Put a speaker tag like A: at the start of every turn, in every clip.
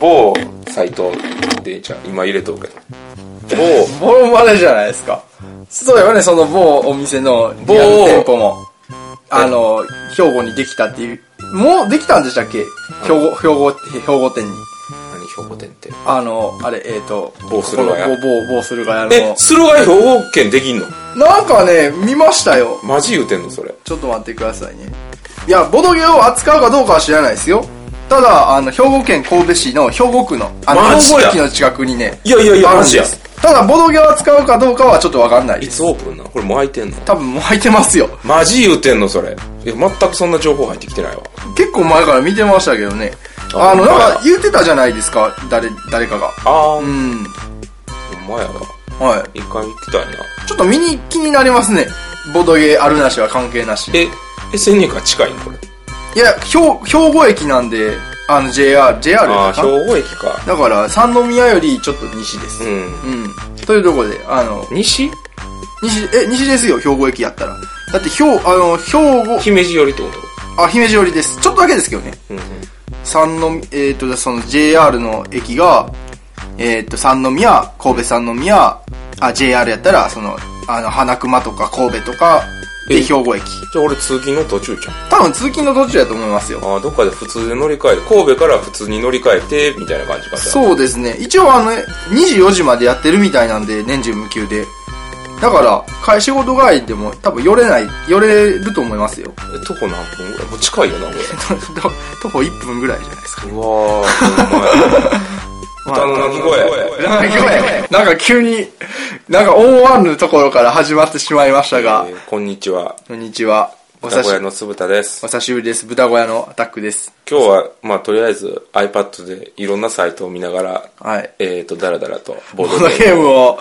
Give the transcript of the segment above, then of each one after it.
A: 某サイトでじゃあ今入れとくけど
B: 某もあれじゃないですか。そうよね、その某お店のリアル
A: 某
B: 店舗も。あの、兵庫にできたっていう。もうできたんでしたっけ兵庫、兵庫、兵庫店に。
A: 某何兵庫店って
B: あの、あれ、えっ、ー、と、
A: 某駿河屋
B: ここ某、某、某駿河屋
A: え
B: の。
A: 駿河屋兵庫県できんの
B: なんかね、見ましたよ。
A: マジ言うてんのそれ
B: ちょっと待ってくださいね。いや、ボドゲを扱うかどうかは知らないですよ。ただ、あの、兵庫県神戸市の兵庫区の、あの、
A: マジ
B: 兵
A: だ
B: 庫駅の近くにね、
A: いやいやいや
B: あるん
A: マジや
B: ですただ、ボドゲを扱うかどうかはちょっとわかんない
A: い
B: です。
A: つオープンなのこれもう開いてんの
B: 多分もう開いてますよ。
A: マジ言うてんのそれいや全くそんな情報入ってきてないわ
B: 結構前から見てましたけどね。
A: あ
B: あの、
A: ほんまや
B: なんか言ってたじゃないですか、誰、誰かが。
A: ああ
B: う
A: ーほ
B: ん。
A: んまやわ
B: は。
A: 一回行きたいない
B: ちょっと見に気になりますね。ボドゲあるなしは関係なし。
A: ええ仙人から近いのこれ
B: いや、兵、兵庫駅なんで、あの、JR、JR
A: ああ
B: か
A: 兵
B: な
A: 庫駅か
B: だから、三宮よりちょっと西です。
A: うん
B: うん。というところで、あの、
A: 西
B: 西、え、西ですよ、兵庫駅やったら。だって、兵、あの、兵庫、
A: 姫路寄りってこと
B: あ、姫路寄りです。ちょっとだけですけどね。
A: うんうん
B: 三の、えっ、と、その JR の駅が、えっ、と、三宮、神戸三宮、あ、JR やったら、その、あの、花熊とか神戸とか、で、
A: え
B: 兵庫駅。
A: じゃあ俺通勤の途中じゃん
B: 多分通勤の途中だと思いますよ。
A: ああどっかで普通で乗り換え神戸から普通に乗り換えてみたいな感じかう
B: そうですね。一応あの、24時までやってるみたいなんで、年中無休で。だから、会仕事帰りでも多分寄れない、寄れると思いますよ。
A: 徒歩何分ぐらいもう近いよなこ
B: とと徒歩1分ぐらいじゃないですか。
A: れうわ ーほんまや歌の鳴き声
B: なんかなんか急に、なんか思わぬところから始まってしまいましたが、
A: えーこんにちは
B: こんにちは。お
A: 歌
B: 久
A: 小屋
B: し
A: のつぶたです
B: お久しぶりです。豚小屋のアタックです。
A: 今日はまあとりあえず iPad でいろんなサイトを見ながら
B: はい。
A: えーとだらだらとボ
B: こ
A: ー
B: の
A: ドゲーム
B: ゲームを語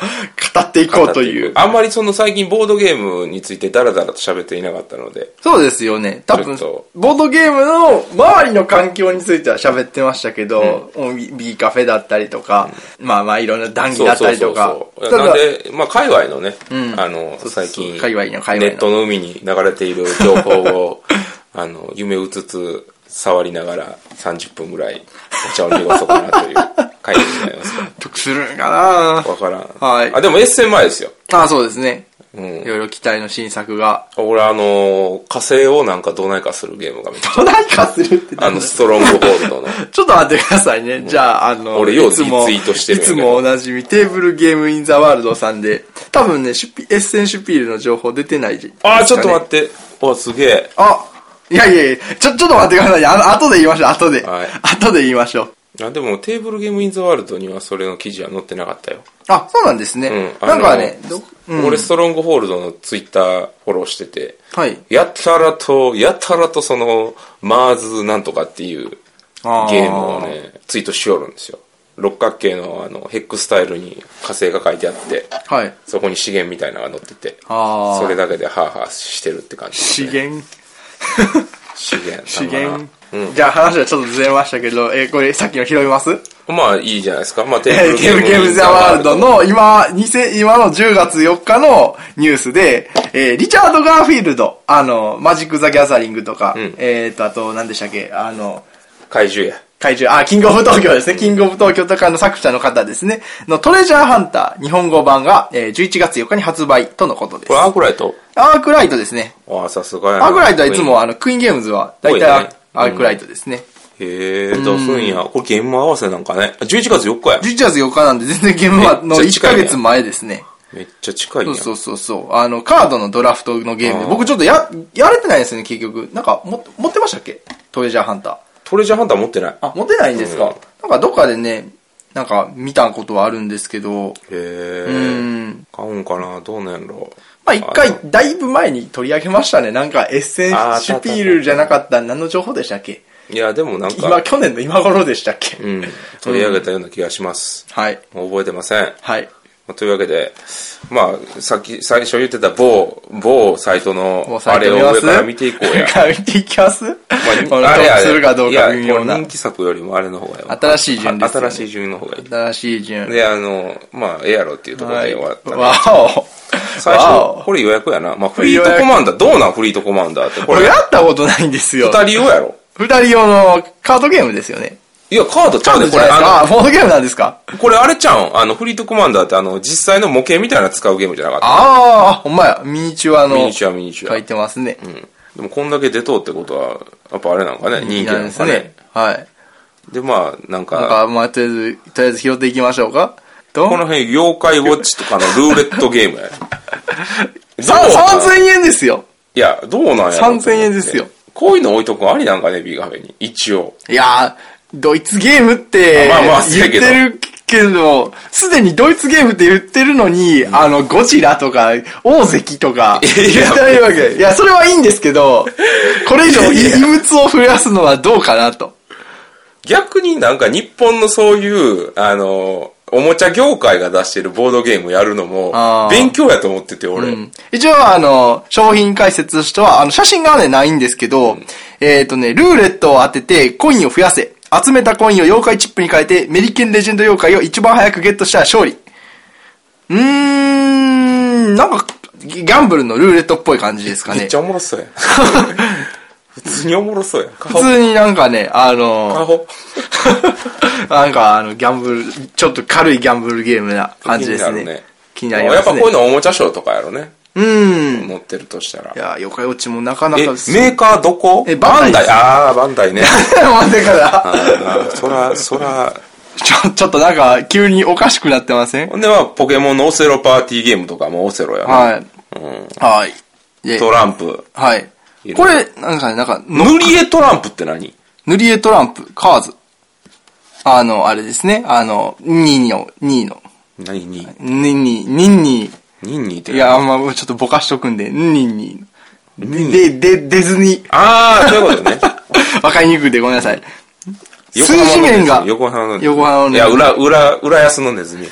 B: っていこうと いう。
A: あんまりその最近ボードゲームについてダラダラと喋っていなかったので、
B: そうですよね。多分
A: ちょっと、
B: ボードゲームの周りの環境については喋ってましたけど、ビーカフェだったりとか、まあまあいろんな談義
A: そ
B: だ
A: う
B: った
A: そう
B: り
A: そ
B: と
A: う
B: か
A: そ。う。
B: た
A: なん
B: だ、
A: で、まあ、界隈のね、
B: ん
A: あの、
B: そうそう
A: 最近、
B: 界隈の界
A: ネ
B: 隈の
A: ットの海に流れている情報 を、あの、夢うつつ、触りながら30分ぐらいお茶を濁そうかなという回でございますか
B: 得するんかな
A: わからん。
B: はい
A: あ、でもエッセン前ですよ。
B: ああ、そうですね。
A: うん
B: い。ろいろ期待の新作が。
A: 俺あの、火星をなんかどないかするゲームがめっちゃ、
B: どないかするって
A: あの、ストロングホール ドの。
B: ちょっと待ってくださいね。じゃあ、あの、
A: 俺よう
B: いつも、
A: リツイートしてる
B: い
A: よ
B: つもおなじみ、テーブルゲームインザワールドさんで、多分ね、シュピエッセンシュピールの情報出てないじ。
A: あー、ちょっと待
B: て。
A: って。お、すげえ。
B: あ、いやいやいや、ちょ、ちょっと待ってくださいね。あの、後で言いましょう、後で。
A: はい
B: 後で言いましょう。
A: あでもテーブルゲームインザワールドにはそれの記事は載ってなかったよ、
B: あ、そうなんですね。
A: うん
B: なんかね
A: あ、の
B: どうん
A: 俺ストロングホールドのツイッターフォローしてて
B: はい。
A: やたらとやたらとそのマーズなんとかっていうゲ
B: あー
A: ームをねツイートしよるんですよ六角形のあのヘックスタイルに火星が書いてあって
B: はい。
A: そこに資源みたいなのが載ってて
B: あー
A: それだけでハーハーしてるって感じ、
B: 資源。
A: 資源
B: 資源
A: う。ん
B: じゃあ話はちょっとずれましたけど、え、これさっきの拾います
A: まあいいじゃないですか、まあ、テ
B: えーゲームゲームザワールドの今、2000今の10月4日のニュースで、えーリチャード・ガーフィールド、あの、マジック・ザ・ギャザリングとか、
A: ん
B: えっと、あと、何でしたっけ、あの、
A: 怪獣や
B: 怪獣、あ、キングオブ東京ですね。キングオブ東京とかの作者の方ですね。のトレジャーハンター日本語版が、えー11月4日に発売とのことです
A: これ。アークライト
B: アークライトですね。
A: ああさすがやな
B: アークライトはいつもあの、クイーンゲームズは、だい
A: 多
B: た
A: い
B: い
A: ね
B: アークライトですね。
A: へえ、出すんや。これゲーム合わせなんかね。あ11月4日や。
B: 11月4日なんで全然ゲームはの
A: めっちゃ
B: 1
A: 近
B: ヶ
A: いね
B: 月前ですね。
A: めっちゃ近い
B: そ
A: や。
B: うんそうそうそう。あの、カードのドラフトのゲーム
A: あ
B: で、
A: ー
B: 僕ちょっとや、やれてないですよね、結局。なんか、も、持ってましたっけトレジャーハンター。
A: トレジャーハンター持ってない。
B: あ、持ってないんですか、
A: うん
B: なんかどっかでね、なんか見たことはあるんですけど、
A: へ
B: う
A: え。
B: ん。
A: 買うんかなどうなんやろ
B: まあ一回、だいぶ前に取り上げましたね。なんかエッセン
A: あー
B: シュピールじゃなかった、何の情報でしたっけ
A: う。いや、でもなん
B: 今、
A: か、
B: 去年の今頃でしたっけ、
A: うん。取り上げたような気がします。
B: はい。
A: もう覚えてません。
B: はい。
A: まあというわけで、まあ、さっき、最初言ってた某、某サイト
B: もう
A: の、あ
B: 最
A: れ
B: 近
A: を
B: 見ます
A: 上から見ていこう や。
B: 上から見ていきます、ま
A: ま
B: あ、
A: あ
B: れ
A: れあれ
B: するかどう
A: い
B: か
A: や
B: 微妙
A: こ
B: な
A: れ人。気作よりもあれの方がよ
B: 新しい順ですよね
A: 新しい順の方がいい。
B: 新しい順。
A: で、あの、まあ、ええやろっていうところで終わったね
B: わお。
A: 最
B: わ
A: 初、
B: お
A: これ予約やな。まあ、フリート
B: 予約
A: コマンダー、どうなんフリートコマンダーって。こ
B: 俺
A: れ、
B: やったことないんですよ。
A: 二人用やろ。
B: 二人用のカードゲームですよね。
A: いや、カードちゃうね、こ
B: こ
A: れ。
B: れ、あ
A: あ
B: あ、ボードゲームなんですか
A: の、これあれちゃうんあの、フリートコマンダーってあの、実際の模型みたいなの使うゲームじゃなかった
B: ああ、ほんまや。ミニチュアの。
A: ミニチュア、ミニチュ
B: 書
A: ア。
B: いてますね。
A: うん。でもこんだけ出とうってことは、やっぱあれなんかね、人気なんですかね。。
B: はい。
A: で、まあ、なん
B: なん
A: か、
B: か、まあ、とりあえず、とりあえず拾っていきましょうか。と
A: この辺、妖怪ウォッチとかのルーレットゲームやね。 どうな
B: さ
A: ん
B: 3000円ですよ。
A: いや、どうなんやろと思って
B: 3000円ですよ。
A: こういうの置いとくんありなんかね、ビーカフェに。一応。
B: いやー、ドイツゲームって、
A: まあまあそう
B: 言
A: や
B: っ
A: け
B: て
A: ど
B: るけど、すでにドイツゲームって言ってるのに、あの、ゴジラとか、大関とか、
A: い
B: 言
A: や
B: ってないわけ。いや、それはいいんですけど、これ以上異物を増やすのはどうかなと。
A: 逆になんか日本のそういう、あの、おもちゃ業界が出してるボードゲームやるのも
B: あー、
A: 勉強やと思ってて、俺。
B: 一応、あの、商品解説としては、あの、写真がね、ないんですけど、えっ、とね、ルーレットを当てて、コインを増やせ。集めたコインを妖怪チップに変えて、メリケンレジェンド妖怪を一番早くゲットしたら勝利。うーん、なんか、ギャンブルのルーレットっぽい感じですか
A: めっ
B: ね
A: ち。ゃおもろそう やん。普通におもろそうやん。
B: 普通になんかね、あ
A: カ
B: の、
A: ホ。
B: なんか、あの、ギャンブル、ちょっと軽いギャンブルゲームな感じですね。気になりま
A: やっぱ
B: す
A: こ
B: ね
A: うい。うのおもちゃショーとかやろね。
B: うん。
A: 持ってるとしたら
B: い。や、妖怪ウォッチもなかな
A: え、
B: か
A: メ、ーカーどこ
B: えバンダイ
A: ああ、バンダイね。
B: 待ってから。
A: あーそら、そら。
B: ちょ、 ちょっとなんか、急におかしくなってません
A: ほんでまあ、ポケモンのオセロパーティーゲームとかもオセロやな。
B: はい。
A: うん
B: はい。で
A: トランプ。
B: はい。
A: いろいろ
B: これ、なんかね、なんか、
A: 塗り絵トランプって何
B: 塗り絵トランプ、カーズ。あの、あれですね。あの、ニーの、ニーの、
A: 何に
B: ニーニー、ニーニ
A: ニンニって
B: ー。いや、まあちょっとぼかしとくんで、ニーニ
A: ニ
B: ー。
A: ー
B: で、で、デズニ
A: ああ、そういうことね。
B: ー。わかりにくくてごめんなさい。
A: 横
B: 数
A: 浜の
B: 字面が、
A: 横浜のネズミ。
B: 横浜の
A: い
B: ネズ
A: や、
B: ミ
A: 裏、裏、裏安のネズミ。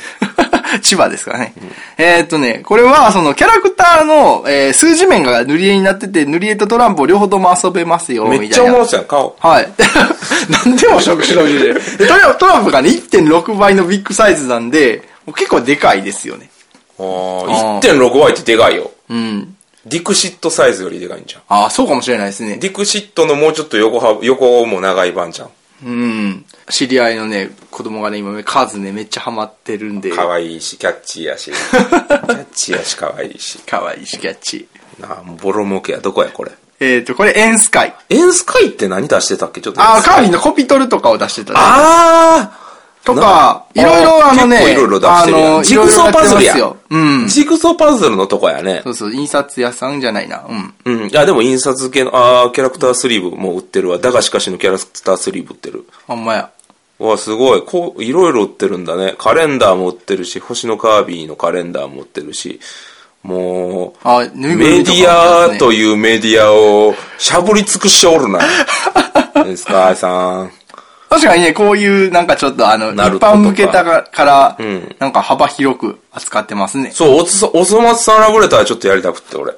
B: 千葉ですからね。えーっとね、これは、その、キャラクターの、えー数字面が塗り絵になってて、塗り絵とトランプを両方とも遊べますよ、みたいな。
A: めっちゃおもろそうやん、顔。
B: はい。 何でも食事の日で。でトラトランプがね、1.6倍のビッグサイズなんで、もう結構でかいですよね。
A: あー1.6倍ってでかいよ。
B: うん。
A: ディクシットサイズよりでかいんじゃん。
B: ああ、そうかもしれないですね。
A: ディクシットのもうちょっと横幅、横も長い版じゃん。
B: うん。知り合いのね、子供がね、今、カーズね、めっちゃハマってるんで。
A: 可愛いし、キャッチーや し。キャッチーやし、可愛いし。
B: かわいいし、キャッチ。
A: なあ、もうボロ儲けや。どこや、これ。
B: えっ、ー、と、これ、エンスカイ。
A: エンスカイって何出してたっけちょっと。
B: ああ、カービィ
A: の。
B: のコピトルとかを出してたね、
A: あ
B: とか、い
A: な
B: ろいろあのね、
A: 結構いろいろ出してるやん
B: あの
A: ジグソーパズルや
B: いろいろやってますよう
A: ー
B: ん。
A: ジグソーパズルのとこやね
B: そ。うそう、印刷屋さんじゃないな。うん。
A: うん。いや、でも印刷系の、ああ、キャラクタースリーブもう売ってるわ。だがしかしのキャラクタースリーブ売ってる。
B: ほんまや。
A: うわ、すごい。こう、いろいろ売ってるんだね。カレンダーも売ってるし、星のカービィのカレンダーも売ってるし、もう、
B: あ、ぬいぐる
A: メデ
B: みとか
A: ィ
B: もあります
A: ア
B: ね
A: というメディアをしゃぶり尽くしておるな。ですか、愛さん。
B: 確かにね、こういう、なんかちょっとあの、一
A: ナルトとか
B: 般向けたかから、
A: ん
B: なんか幅広く扱ってますね。
A: そう、おつそ、おそ松さんラブレターちょっとやりたくって、俺。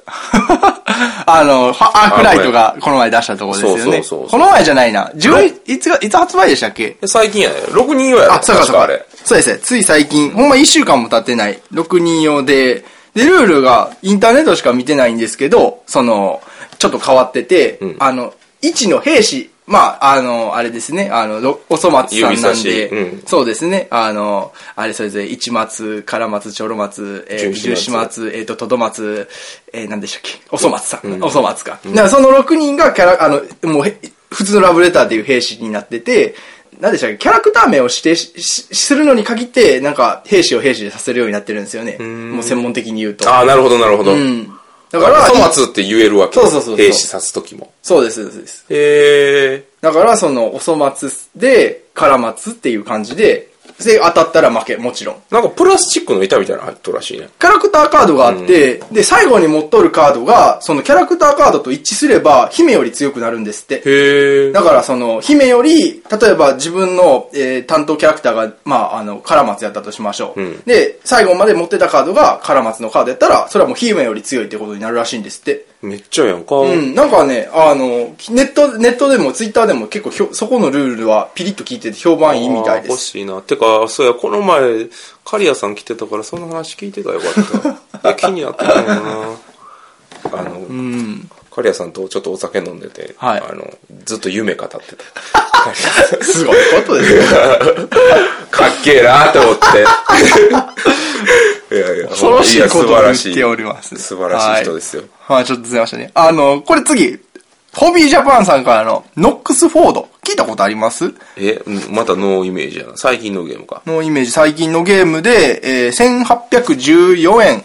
B: あの、はアークライトがこの前出したところですよね。
A: そうそうそうそう
B: この前じゃないな。10いつが、いつ発売でしたっけ
A: え最近やね。6人用やろ。
B: あ、そうか
A: 確
B: そう
A: か
B: か
A: あれ。。
B: そうですね。つい最近、ほんま1週間も経ってない、6人用で、で、ルールがインターネットしか見てないんですけど、その、ちょっと変わってて、
A: ん
B: あの、1の兵士、まあ、あの、あれですね、あの、ろおそ松さんな
A: 指差
B: ん
A: し
B: で、
A: うん
B: そうですね、あの、あれそれぞれ、一松、から松、ちょろ松、えー、
A: 十
B: 十
A: 四
B: 四
A: 松
B: 松、えっ、と、とど松、えー、なんでしたっけ、おそ松さん、おそ松か。だからその6人がキャラ、あの、もうへ、普通のラブレターっていう兵士になってて、なんでしたっけ、キャラクター名を指定し、しするのに限って、なんか、兵士を兵士でさせるようになってるんですよね。もう専門的に言うと。
A: ああ、なるほど、なるほど。
B: うん。だ
A: だ
B: か、
A: からら、粗末って言えるわけ。
B: そうそうそうそう
A: 兵士刺すときも。
B: そうです、そうです。
A: へえ。
B: だから、その、おそ松で、から松っていう感じで、で、当たったら負け、もちろん。
A: なんかプラスチックの板みたいなの入っとるらしいね。
B: キャラクターカードがあって、で、最後に持っとるカードが、そのキャラクターカードと一致すれば、姫より強くなるんですって。
A: へえ。
B: だから、その、姫より、例えば自分の、えー担当キャラクターが、まあ、あの、カラマツやったとしましょう。
A: ん
B: で、最後まで持ってたカードが、カラマツのカードやったら、それはもう姫より強いってことになるらしいんですって。
A: めっちゃやんか。
B: うん、なんかね、あの、ネット、ネットでも、ツイッターでも結構ひょ、そこのルールはピリッと聞いてて評判いいみたい
A: あー
B: で
A: 欲
B: す。
A: しいな。てか、そうや、この前、カリアさん来てたから、そ の話聞いてたらよかった。いや気になってたよな。あの、カリアさんとちょっとお酒飲んでて、
B: はい
A: あの、ずっと夢語ってた。
B: すごいこと ですよ。
A: かっけえなと思 って。いやいや、
B: 恐ろしいことを
A: や
B: 言っております。
A: 素晴らしい人ですよ。
B: はい。はい、ちょっとずれましたね。あの、これ次、ホビージャパンさんからの、ノックスフォード。聞いたことあります
A: え、またノーイメージやな。最近のゲームか。
B: のイメージ、最近のゲームで、えー1814円。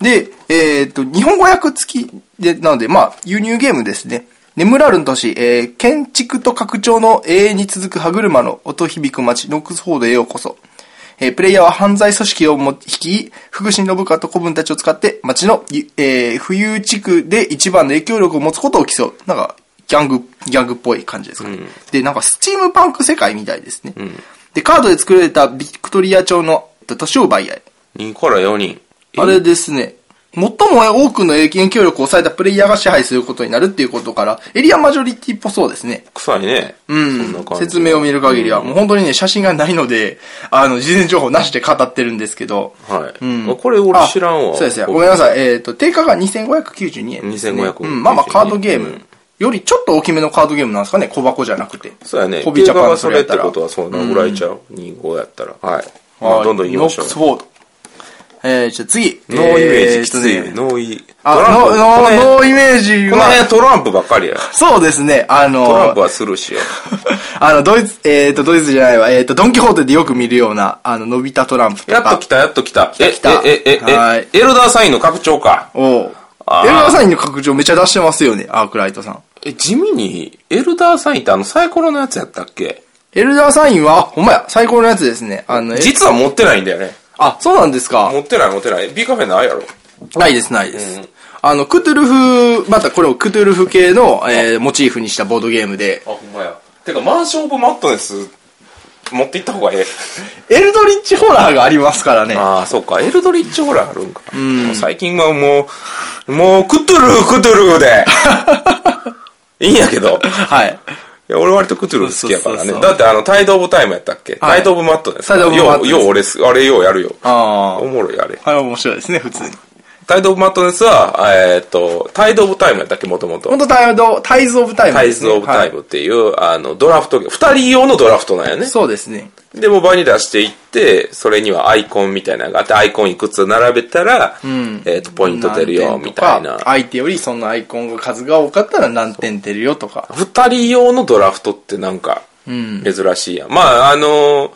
B: で、えっ、と、日本語訳付きで、なので、まあ、輸入ゲームですね。眠らるの年、えー建築と拡張の永遠に続く歯車の音響く街、ノックスフォードへようこそ。えープレイヤーは犯罪組織をも率い、福祉信川と子分たちを使って、街の、ゆえー浮遊地区で一番の影響力を持つことを競う。なんか、ギャング、ギャングっぽい感じですかね。で、なんか、スチームパンク世界みたいですね。で、カードで作られたビクトリア町の年を奪い合い。
A: 2から4人。
B: あれですね。最も多くの影響力を抑えたプレイヤーが支配することになるっていうことから、エリアマジョリティっぽそうですね。
A: 臭いね。
B: うん。
A: そんな感じ。
B: 説明を見る限りは、もう本当にね、写真がないので、あの、事前情報なしで語ってるんですけど。
A: はい。
B: うん
A: あこれ俺知らん
B: あ
A: わ。
B: そうですね。ごめんなさい。えっ、と、定価が2592円ですね、
A: 2592
B: うん。まあまあカードゲー
A: う
B: ム
A: ん。
B: よりちょっと大きめのカードゲームなんですかね。小箱じゃなくて。
A: そうやね。
B: ホ
A: コ
B: ビ
A: ビ
B: ー
A: ジ
B: ジャ
A: ャ
B: パ
A: パ
B: ン
A: ン
B: そ
A: そ
B: れ
A: れや
B: やっ
A: ったた
B: ら
A: ことはそんなぐらいちゃう。25やったら。はい。ま
B: は
A: あ、どんどん言いましょう
B: ノックス。フォード。えー、じゃあ次。
A: ノーイメージきつ
B: え
A: い
B: ー。っとね
A: ノーイ。
B: あ、
A: ト
B: ノ
A: ランプこの
B: ー
A: 辺
B: ノーイメージ
A: この辺
B: は、
A: はトランプばっかりや。
B: そうですね。あの、
A: トランプはスルーしよ
B: あの、ドイツ、えっ、と、ドイツじゃないわ、えっ、と、ドンキホーテでよく見るような、あの、伸びたトランプ
A: う。
B: と
A: やっと
B: か
A: 来た、やっと来た。え、
B: た
A: え、え、え、
B: はい
A: え、エルダーサインの拡張か。
B: を、
A: あー
B: エルダーサインの拡張めちゃ出してますよね、アークライトさん。
A: え、地味に、エルダーサインってあのサイコロのやつやったっけ
B: エルダーサインは、あほんまや、最高のやつですね。あの、え
A: 実は持ってないんだよね。
B: あ、そうなんですか。
A: 持ってない持ってない。B カフェないやろ。
B: ないです、ないです。
A: うん
B: あの、クトゥルフ、またこれをクトゥルフ系の、えーモチーフにしたボードゲームで
A: あ、、ほんまや。てか、マンションオブマットネス、持って行った方がええ。
B: エルドリッチホラーがありますからね。
A: ああ、そうか。エルドリッチホラーあるんか。もう最近はもう、もう、クトゥルフ、クトゥルフ で。いいんやけど。
B: はい。
A: いや、俺割とクトゥルフ好きやから
B: そうそうそ
A: ね。
B: う
A: だってあの、タイドオブタイムやったっけ
B: はい
A: タイドオブマットです。
B: タイドオブマットネス
A: よう、よう俺す、あれようやるよ。
B: あ
A: おもろいあれ。
B: あ。はい、面白いですね、普通に。
A: タイドオブマットネスは、えーっと、タイドオブタイムやったっけ、もともと
B: 本。当タイド、タイズオブタイム
A: タイ
B: です
A: ズ
B: ね、
A: オブタイ
B: は
A: ムっていう、あの、ドラフト、二人用のドラフトなんやね
B: い。。そうですね。
A: で、モバに出していって、それにはアイコンみたいなのがあって、アイコンいくつ並べたら、
B: ん
A: えっ、と、ポイント出るよ、みたいな
B: 何点とか。相手よりそのアイコンが数が多かったら何点出るよとか。
A: 二人用のドラフトってなんか、
B: ん
A: 珍しいやん。まあ、あのー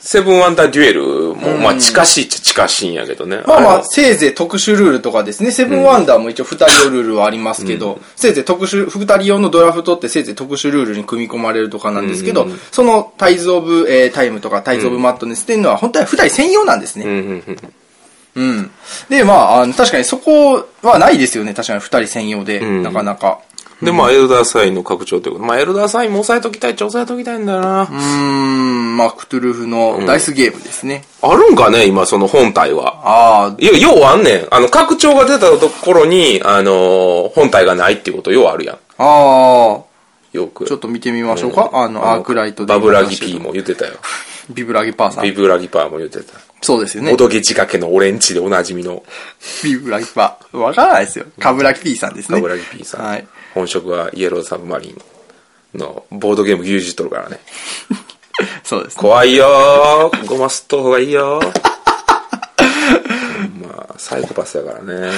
A: セブンワンダーデュエルも、まあ、近しいっちゃ近しいんやけどね。
B: まあ
A: の
B: まあ、せいぜい特殊ルールとかですね。セブンワンダーも一応二人用ルールはありますけど、せいぜい特殊、二人用のドラフトってせいぜい特殊ルールに組み込まれるとかなんですけど、そのタイズオブ、えータイムとかタイズオブマットネスっていうのは本当は二人専用なんですね。
A: うんうんうん。
B: うん。で、まあ、あの確かにそこはないですよね。確かに二人専用で、
A: ん
B: なかなか。
A: で、まあ、エルダーサインの拡張ということでまあ、エルダーサインも押さえときたいっちゃ押さえときたいんだよな。
B: うーん、まあ、クトゥルフのダイスゲームですね。
A: あるんかね、今、その本体は。
B: ああ、
A: いや、ようあんねん。あの、拡張が出たところに、あのー本体がないっていうことようあるやん。
B: ああ。
A: よく。
B: ちょっと見てみましょうか。あの、アークライトで。
A: バブラギ P。も言ってたよ。
B: ビブラギパーさ
A: ビ
B: ん。
A: ブラギパーも言ってた。
B: そうですよね
A: お。どげ仕掛けのオレンジでおなじみの
B: ビブラギパー。わからないですよ。カブラギ P さんですね。
A: バブラギ P さん。
B: はい。
A: 本職はイエローサブマリンのボードゲーム牛耳っとるからね。
B: そうですね。
A: 怖いよー。ごますった方がいいよ ー。まあ、サイコパスやからね。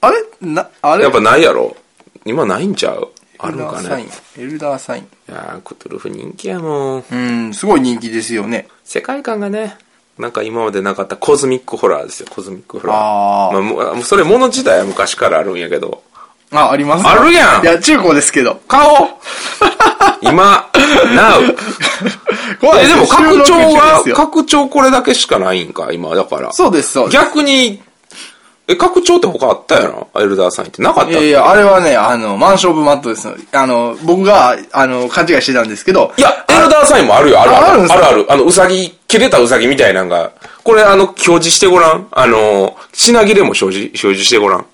B: あれな、あれ
A: やっぱないやろ。今ないんちゃうあるんかね。
B: エルダーサイン。エルダーサイン。
A: いやークトゥルフ人気やもん。
B: うーん、すごい人気ですよね。
A: 世界観がねなんか今までなかったコズミックホラーですよコズミックホラー
B: あー
A: まあもう、もうそれもの自体は昔からあるんやけど
B: あ、あります
A: あるやん
B: いや、中古ですけど。顔
A: 今 NOW
B: 怖い
A: えですも
B: よ
A: 拡
B: 収
A: 張
B: 録中
A: は
B: ですよ
A: 拡張これだけしかないんか今だから
B: そうです、そうです。
A: 逆にえ拡張って他あったやなエルダーサインってなかった
B: いやいや、あれはね、あの、マンションオブマットですよ。あの、僕が、あの、勘違いしてたんですけど。
A: いやエルダーサインもあるよある
B: ああるんす
A: あ
B: か
A: るあるあのウサギ切れたウサギみたいなんがこれあの表示してごらんあの品切れも表示表示してごらん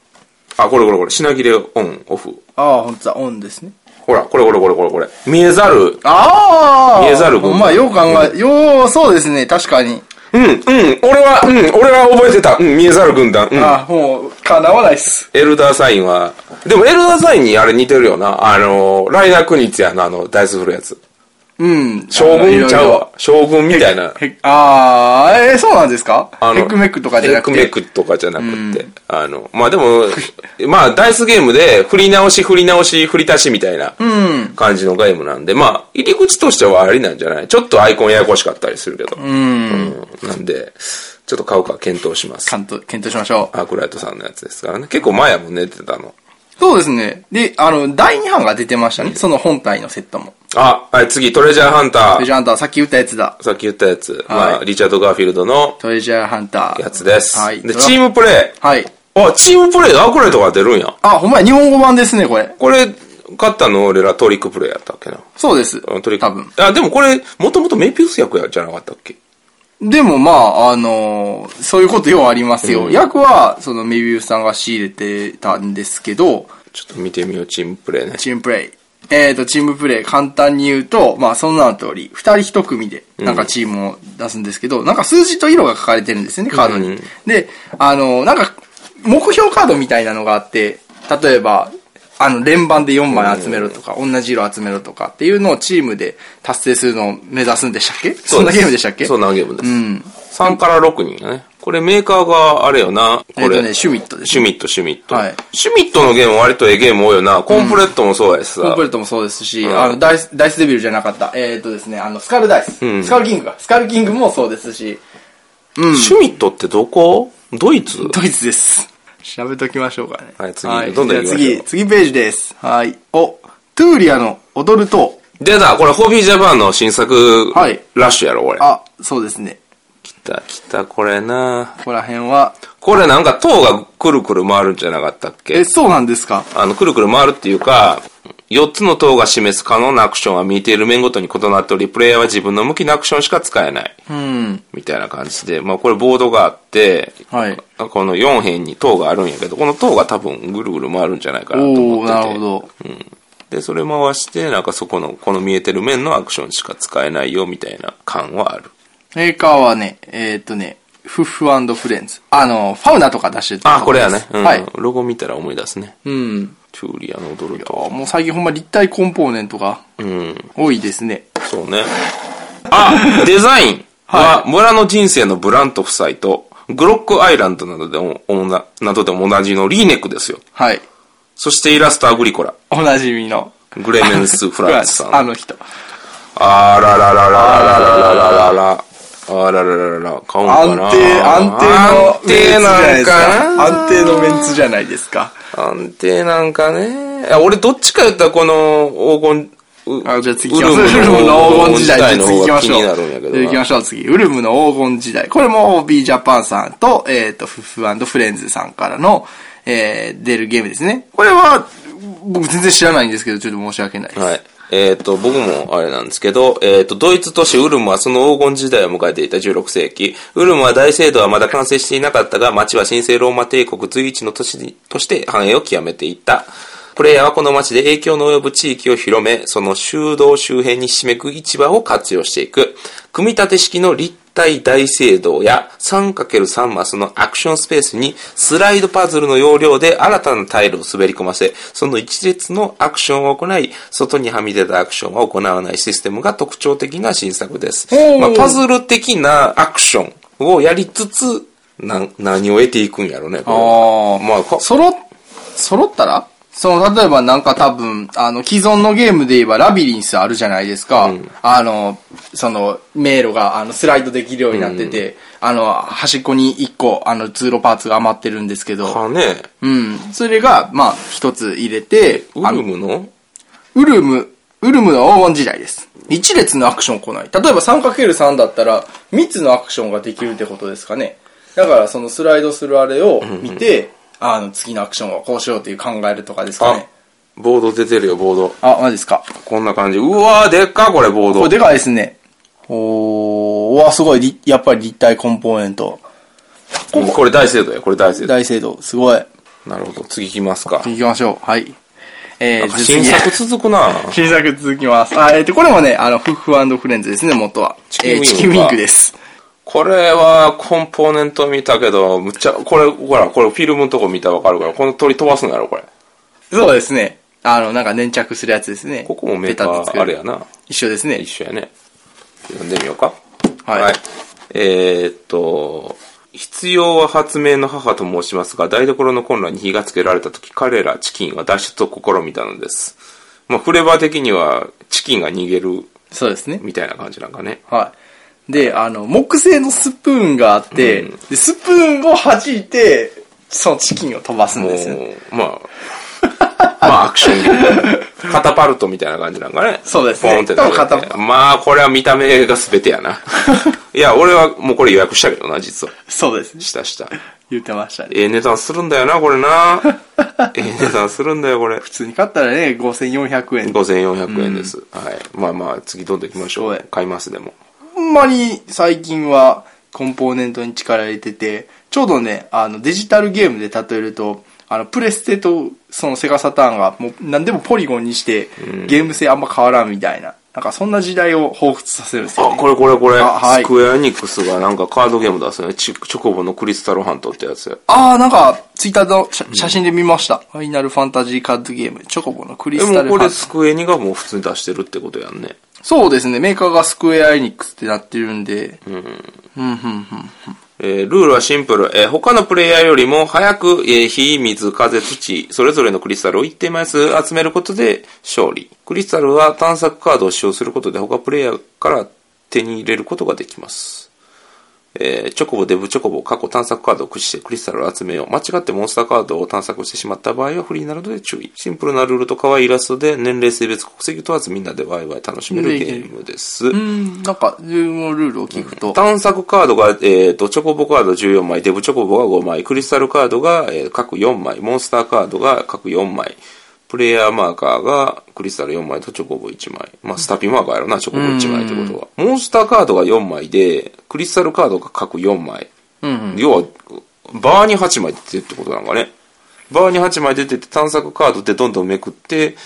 A: あこれこれこれ品切れオンオフ
B: ああ、本当だ、オンですね。
A: ほら、これこれこれこれこれ。見えざる。
B: ああ
A: 見えざる
B: ほ
A: 群馬
B: んまあ、よう考え、よう、そうですね、確かに。
A: うん、うん、俺は、うん、俺は覚えてた。うん、見えざる軍団。うん。
B: あ、もう、叶わないっす。
A: エルダーサインは、でもエルダーサインにあれ似てるよな。あの、ライダークニツやのあの、ダイス振るやつ。
B: うん。
A: 将軍ちゃうわ。将軍みたいな。
B: へあー、えーそうなんですか
A: あの
B: ヘックメックとかじゃなくて。
A: ヘックメックとかじゃなくて。あの、まあでも、 まあダイスゲームで振り直し振り直し振り足しみたいな感じのゲームなんで、まあ入り口としてはありなんじゃないちょっとアイコンややこしかったりするけど。うんなんで、ちょっと買うか検討します
B: ち。ゃんと検討しましょう。
A: アークライトさんのやつですからね。結構前やもんね、出てたの。
B: そうですね。で、あの、第2版が出てましたね。その本体のセットも。
A: あ、はい、次、トレジャーハンタ
B: トレジャーハンター、さっき言ったやつだ。
A: ー。さっき言ったやつ。
B: はい
A: まあ、リチャード・ガーフィールドの
B: トレジャーハンター。
A: やつです。
B: はい。
A: で、チームプレイ。
B: はい。
A: あ、チームプレイのアークライトが出るんや。
B: あ、ほんまや、日本語版ですね、これ。
A: これ、勝ったの俺らトリックプレイやったっけな。
B: そうです。
A: うんトリック。
B: 多分。。
A: あ、でもこれ、もともとメイピウス役やじゃなかったっけ
B: でもまあ、あのーそういうことようありますよ。役は、そのメビウスさんが仕入れてたんですけど、
A: ちょっと見てみよう、チームプレイね。
B: チームプレイ。えっ、と、チームプレイ、簡単に言うと、まあ、その名の通り、二人一組で、なんかチームを出すんですけど、なんか数字と色が書かれてるんですよね、カードに。
A: うん
B: で、あのーなんか、目標カードみたいなのがあって、例えば、あの、連番で4枚集めろとか、同じ色集めろとかっていうのをチームで達成するのを目指すんでしたっけ そんなゲームでしたっけ。
A: そうんなゲームで
B: う
A: す。
B: ん。
A: 3から6人がね。これメーカーがあれよな。こ
B: えっ
A: れ。
B: とね、シュミットです
A: シュミット、シュミット。
B: はい
A: シュミットのゲームは割とええゲーム多いよな。コンプレットもそうやしさ。
B: コンプレートもそうですし、
A: ん
B: あのダイス、ダイスデビルじゃなかった。えっ、とですね、あの、スカルダイス、
A: ん
B: スカルキングか。スカルキングもそうですし、
A: シュミットってどこドイツ
B: ドイツです。調べときましょうかね。
A: はい次どんどん行きま
B: じゃあ
A: しょう
B: 次、次ページです。はい。お、トゥーリアの踊ると、
A: 出たこれホビージャパンの新作、
B: はい
A: ラッシュやろこれ。
B: あ、そうですね。
A: 来た来た、これな
B: ここら辺は、
A: これなんか塔がくるくる回るんじゃなかったっ
B: え、
A: け
B: そうなんですか
A: あの、くるくる回るっていうか、4つの塔が示す可能なアクションは見ている面ごとに異なっており、プレイヤーは自分の向きのアクションしか使えない。
B: うん。
A: みたいな感じで、まあこれボードがあって、
B: はい。
A: この4辺に塔があるんやけど、この塔が多分ぐるぐる回るんじゃないかなと思
B: お
A: って
B: ー、
A: て。
B: なるほど。
A: で、それ回して、なんかそこの、この見えてる面のアクションしか使えないよ、みたいな感はある。
B: メーカーはね、えっ、とね、フッフフレンズ。あの、ファウナとか出してると
A: あ、こ
B: こ
A: れや
B: です
A: ね。うん、
B: はい。
A: ロゴ見たら思い出すね。
B: うん。
A: チューリアの踊る
B: あ
A: と。
B: もう最近ほんま立体コンポーネントが
A: うん、
B: 多いですね。
A: そうね。 あ、デザインは、村の人生のブラント夫妻と、グロックアイランドなどでも、おななどでもおなじみのリーネックですよ。
B: はい。
A: そしてイラストアグリコラ。
B: おなじみの。
A: グレメンス・フランスさん。
B: あの人。
A: あらららららららららら。あららららら。買うんか
B: 安
A: な
B: 定、安定のメンツじゃないです
A: 安定なんか
B: か。
A: な
B: 安定のメンツじゃないですか。
A: 安定なんかね。いや俺どっちか言ったらこの黄金、う
B: あじゃあ次
A: ウ
B: 行
A: ル
B: きましょう。ウルム
A: ム
B: の
A: の
B: 黄金時代。
A: の
B: じゃ
A: 方が
B: あ次行きま
A: 気
B: しょ
A: に
B: う。
A: なるんやけどな。
B: 行きましょう、次。ウルムの黄金時代。これも OB ジャパンさんと、えっ、と、フッフフレンズさんからの、えー、出るゲームですね。これは、僕全然知らないんですけど、ちょっと申し訳ないです。
A: はい。えっ、と、僕もあれなんですけど、えっ、と、ドイツ都市ウルムはその黄金時代を迎えていた16世紀。ウルムは大聖堂はまだ完成していなかったが、町は神聖ローマ帝国随一の都市にとして繁栄を極めていった。プレイヤーはこの町で影響の及ぶ地域を広め、その修道周辺にひしめく市場を活用していく。組み立て式の立体大聖堂や 3×3 マスのアクションスペースにスライドパズルの要領で新たなタイルを滑り込ませ、その一列のアクションを行い、外にはみ出たアクションは行わないシステムが特徴的な新作です
B: ほ。う
A: まあ、パズル的なアクションをやりつつ、なん何を得ていくんやろね、これは
B: あー
A: まあ、こ
B: 揃っ、揃ったらその、例えばなんか多分、あの、既存のゲームで言えばラビリンスあるじゃないですか。あの、その、迷路が、あの、スライドできるようになってて、あの、端っこに一個、あの、通路パーツが余ってるんですけど、
A: かね、
B: うん。それが、まあ、一つ入れて、
A: ウ
B: あ
A: ル
B: の
A: ムの
B: ウルム、ウルムの黄金時代です。一列のアクション来ない。例えば 3×3 だったら、3つのアクションができるってことですかね。だからそのスライドするあれを見て、あの、次のアクションはこうしようっていう考えるとかですか
A: あ
B: ね。、
A: ボード出てるよ、ボード。
B: あ、マジですか。
A: こんな感じ。うわー、でっか、これ、ボード。
B: これでかいですね。おー、うわ、すごい、りやっぱり立体コンポーネント。
A: ここれ大聖堂や、これ大聖堂。
B: 大精度、すごい。
A: なるほど、次行きますか。
B: 行きましょう。はい。えー、
A: 新
B: じゃあ
A: 作続くな
B: 次 新作続きます。あ、えっ、と、これもね、あの、フッフフレンズですね、元は。
A: チキンウィング
B: え
A: か
B: ーチキンウィンクです。
A: これはコンポーネント見たけど、むっちゃ、これ、ほら、これフィルムのとこ見たらわかるから、この鳥飛ばすんやろ、これ。
B: そうですね。あの、なんか粘着するやつですね。
A: ここもメーカ
B: ペタッとつけ
A: ー
B: る
A: あれやな。
B: 一緒ですね
A: 一。緒やね。読んでみようか。
B: はい
A: えーっと、必要は発明の母と申しますが、台所の混乱に火がつけられた時、彼らチキンは脱出を試みたのです。まあ、フレーバー的には、チキンが逃げる、
B: そうですね。
A: みたいな感じなんかね。
B: はい。で、あの、木製のスプーンがあって、でスプーンを弾いて、そのチキンを飛ばすん
A: もう
B: ですよね。、
A: まあ、 まあ、アクションゲー ム。カタパルトみたいな感じなんかね。
B: そうですね
A: ポンって投げて
B: 多分カタ
A: まあ、これは見た目が全てや な。いや、俺はもうこれ予約したけどな、実は。
B: そうですね。
A: したした。
B: 言ってましたね。
A: ええ値段するんだよな、これ な。ええ値段するんだよ、これ。
B: 普通に買ったらね、5400円。
A: 5400円です。はい。まあまあ、次どんどん行きましょ
B: すご
A: う
B: い。
A: 買います、でも。
B: ほんまに最近はコンポーネントに力入れてて、ちょうどね、あのデジタルゲームで例えると、あのプレステとそのセガサターンがもう何でもポリゴンにしてゲーム性あんま変わらんみたいな、なんかそんな時代を彷彿させるんですよ、
A: あ、
B: ね。
A: これこれこれ。
B: あはい
A: スクエアエニックスがなんかカードゲーム出すね。チチョコボのクリスタルハントってやつ。
B: あーなんかツイッターの写写真で見ました、ファイナルファンタジーカードゲーム、チョコボのクリ
A: で
B: スタ
A: も
B: ル
A: こ
B: ハン
A: れ
B: ト。
A: スクエニがもう普通に出してるってことやんね。
B: そうですね、メーカーがスクエアエニックスってなってるんで、
A: えールールはシンプル。えー他のプレイヤーよりも早く、えー火、水、風、土、それぞれのクリスタルを一定枚数集めることで勝利。クリスタルは探索カードを使用することで他プレイヤーから手に入れることができます。えーチョコボ、デブチョコボ、過去探索カードを駆使してクリスタルを集めよう。間違ってモンスターカードを探索してしまった場合は不利になるので注意。シンプルなルールと可愛いイラストで年齢、性別、国籍問わずみんなでワイワイ楽しめるゲームです。
B: うん、なんか自分のルールを聞くと、
A: 探索カードが、えー、とチョコボカード14枚デブチョコボが5枚クリスタルカードが、えー各4枚モンスターカードが各4枚プレイヤーマーカーがクリスタル4枚とチョコボ1枚、まあ、スタピマーカーやろなチョコボ1枚ってことはモンスターカードが4枚でクリスタルカードが各4枚、要はバーに8枚出てってことなんかねバーに8枚出てて探索カードってどんどんめくって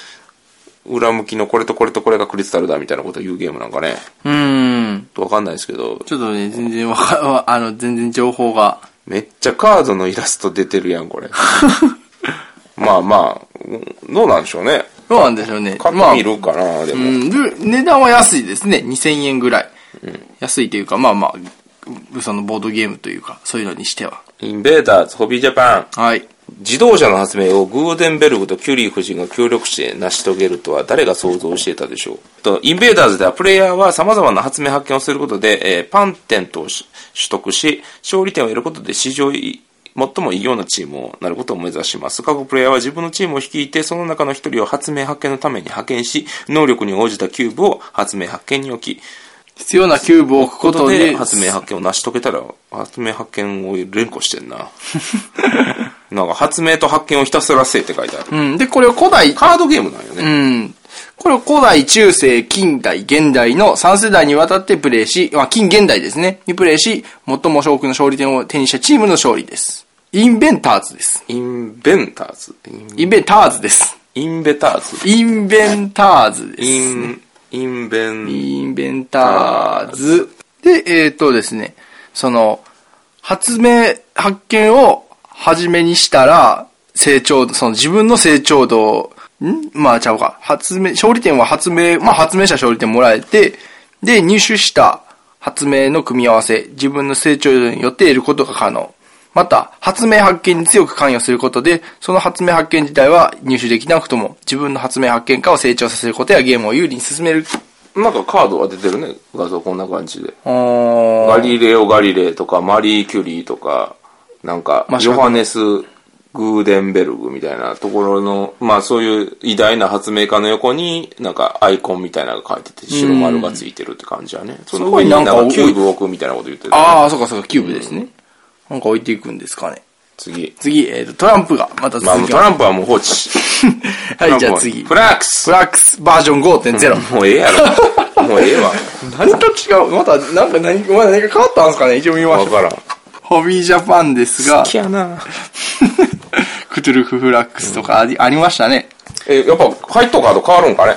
A: 裏向きのこれとこれとこれがクリスタルだみたいなことを言うゲームなんかね
B: うん、
A: わかんないですけど
B: ちょっとね、全然わか、 あの、全然情報が。
A: めっちゃカードのイラスト出てるやん、こ れ。まあまあ、うんどうなんでしょうね。
B: どうなんでしょうね。
A: 買ってみるかな、で
B: まあ、う
A: も。
B: ん、ル値段は安いですね。2000円ぐらい。安いというか、まあまあ、うそのボードゲームというか、そういうのにしては。
A: インベーダーズ、ホビージャパン。
B: はい。
A: 自動車の発明をグーデンベルグとキュリー夫人が協力して成し遂げるとは誰が想像していたでしょうとインベーダーズではプレイヤーは様々な発明発見をすることで、えーパンテントをし取得し、勝利点を得ることで史上い最も異様なチームをなることを目指します。各プレイヤーは自分のチームを率いて、その中の一人を発明発見のために派遣し、能力に応じたキューブを発明発見に置き、
B: 必要なキューブを置くこ
A: こと
B: と
A: で
B: で、
A: 発明発見を成し遂げたら、発明発見を連呼してんな。なんか発明と発見をひたすらせいって書いてある。
B: うん。で、これを古代、
A: カードゲームなんよ
B: う
A: ね。
B: ん。これを古代、中世、近代、現代の3世代にわたってプレイし、まあ、近現代ですね。にプレイし、最も多くの勝利点を手にしたチームの勝利です。インベンターズです。
A: インベンターズ。イン
B: インベンターズです。
A: インベターズ。
B: インベンターズです。
A: イン、インベン、
B: インベンターズ。で、えっ、とですね、その、発明、発見を初めにしたら、成長、その自分の成長度をんまあちゃうか。発明、勝利点は発明、まあ発明者勝利点もらえて、で、入手した発明の組み合わせ、自分の成長度によって得ることが可能。また、発明発見に強く関与することで、その発明発見自体は入手できなくとも、自分の発明発見家を成長させることやゲームを有利に進める
A: なんかカードが出てるね。画像こんな感じで。ガ
B: ガ
A: リレオ・ガリレイとか、マリー・キュリーとか、なんか、
B: まあ
A: ヨハネス・グーデンベルグみたいなところの、まあそういう偉大な発明家の横に、なんかアイコンみたいなのが書いてて、白丸がついてるって感じやね。その上に
B: す
A: な
B: ご
A: いん
B: なんか
A: かキューブを置くみたいなこと言ってた。
B: ああ、そうかそうか、キューブですね。なんか置いていくんですかね。
A: 次。
B: 次、えっ、と、トランプが、また続き
A: まあも
B: ま
A: う
B: す
A: トランプはもう放置。
B: はい、じゃあ次。
A: フ
B: フ
A: ラックス
B: ラックスバージョン5.0。
A: もうええや ろ。もうええわ。
B: 何と違うまた、なんか何、まだ何か変わったんですかね一応見ま
A: わ
B: しょう。
A: からん。
B: ホビージャパンですが、
A: やな
B: クトゥルフフラックスとかあり,、ありましたね。
A: え、やっぱ、入っとかと変わるんかね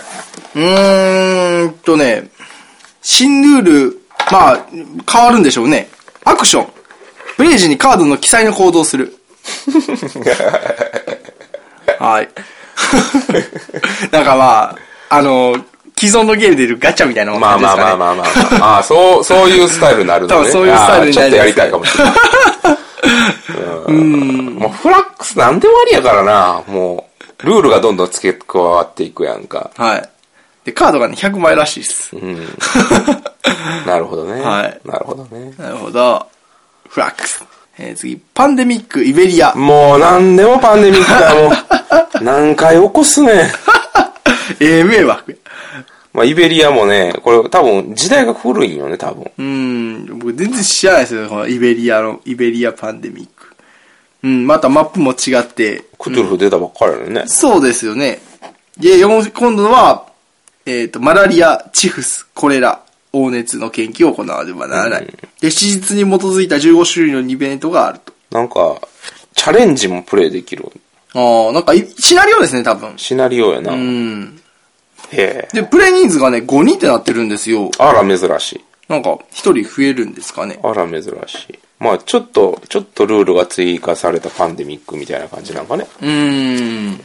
B: うーんとね、新ルール、まあ、変わるんでしょうね。アクション。プレイ時にカードの記載の行動を する。はい。 なんかまあ、あの、既存のゲームでいるガチャみたいなもん
A: ま
B: な
A: あ
B: んです
A: ま
B: か
A: あ
B: ね。
A: まあまあまあまあまあ。ああ、そう、そういうスタイルになるの
B: 多
A: ね。
B: 分そういうスタイルに
A: ああちょ
B: な
A: っ
B: る
A: とやりたいかもしれない。うん。もうフラックスなんでもありやからな。もう、ルールがどんどん付け加わっていくやんか。
B: はい。で、カードがね、100枚らしいです。
A: うん。なるほどね。
B: はい
A: なるほどね。
B: なるほど。フラックス。えー次、パンデミックイベリア。
A: もう何でもパンデミックだもう。 何回起こすね。
B: ええ迷惑。
A: まあ、イベリアもね、これ多分時代が古いんよね、多分。
B: うーん、僕全然知らないですよ、このイベリアの、イベリアパンデミック。うん、またマップも違って。
A: クトゥルフ出たばっかりだよね。
B: そうですよね。で、よん今度は、えっ、と、マラリア、チフス、コレラ、黄熱の研究を行わねばならない。で、史実に基づいた15種類のイベントがあると。
A: なんか、チャレンジもプレイできる。
B: ああ、なんかい、シナリオですね、多分。
A: シナリオやな。
B: う
A: へ
B: ん。
A: え。
B: で、プレイ人数がね、5人ってなってるんですよ。
A: あら珍しい。
B: なんか、1人増えるんですかね。
A: あら珍しい。まあちょっと、ちょっとルールが追加されたパンデミックみたいな感じなんかね。
B: うーん。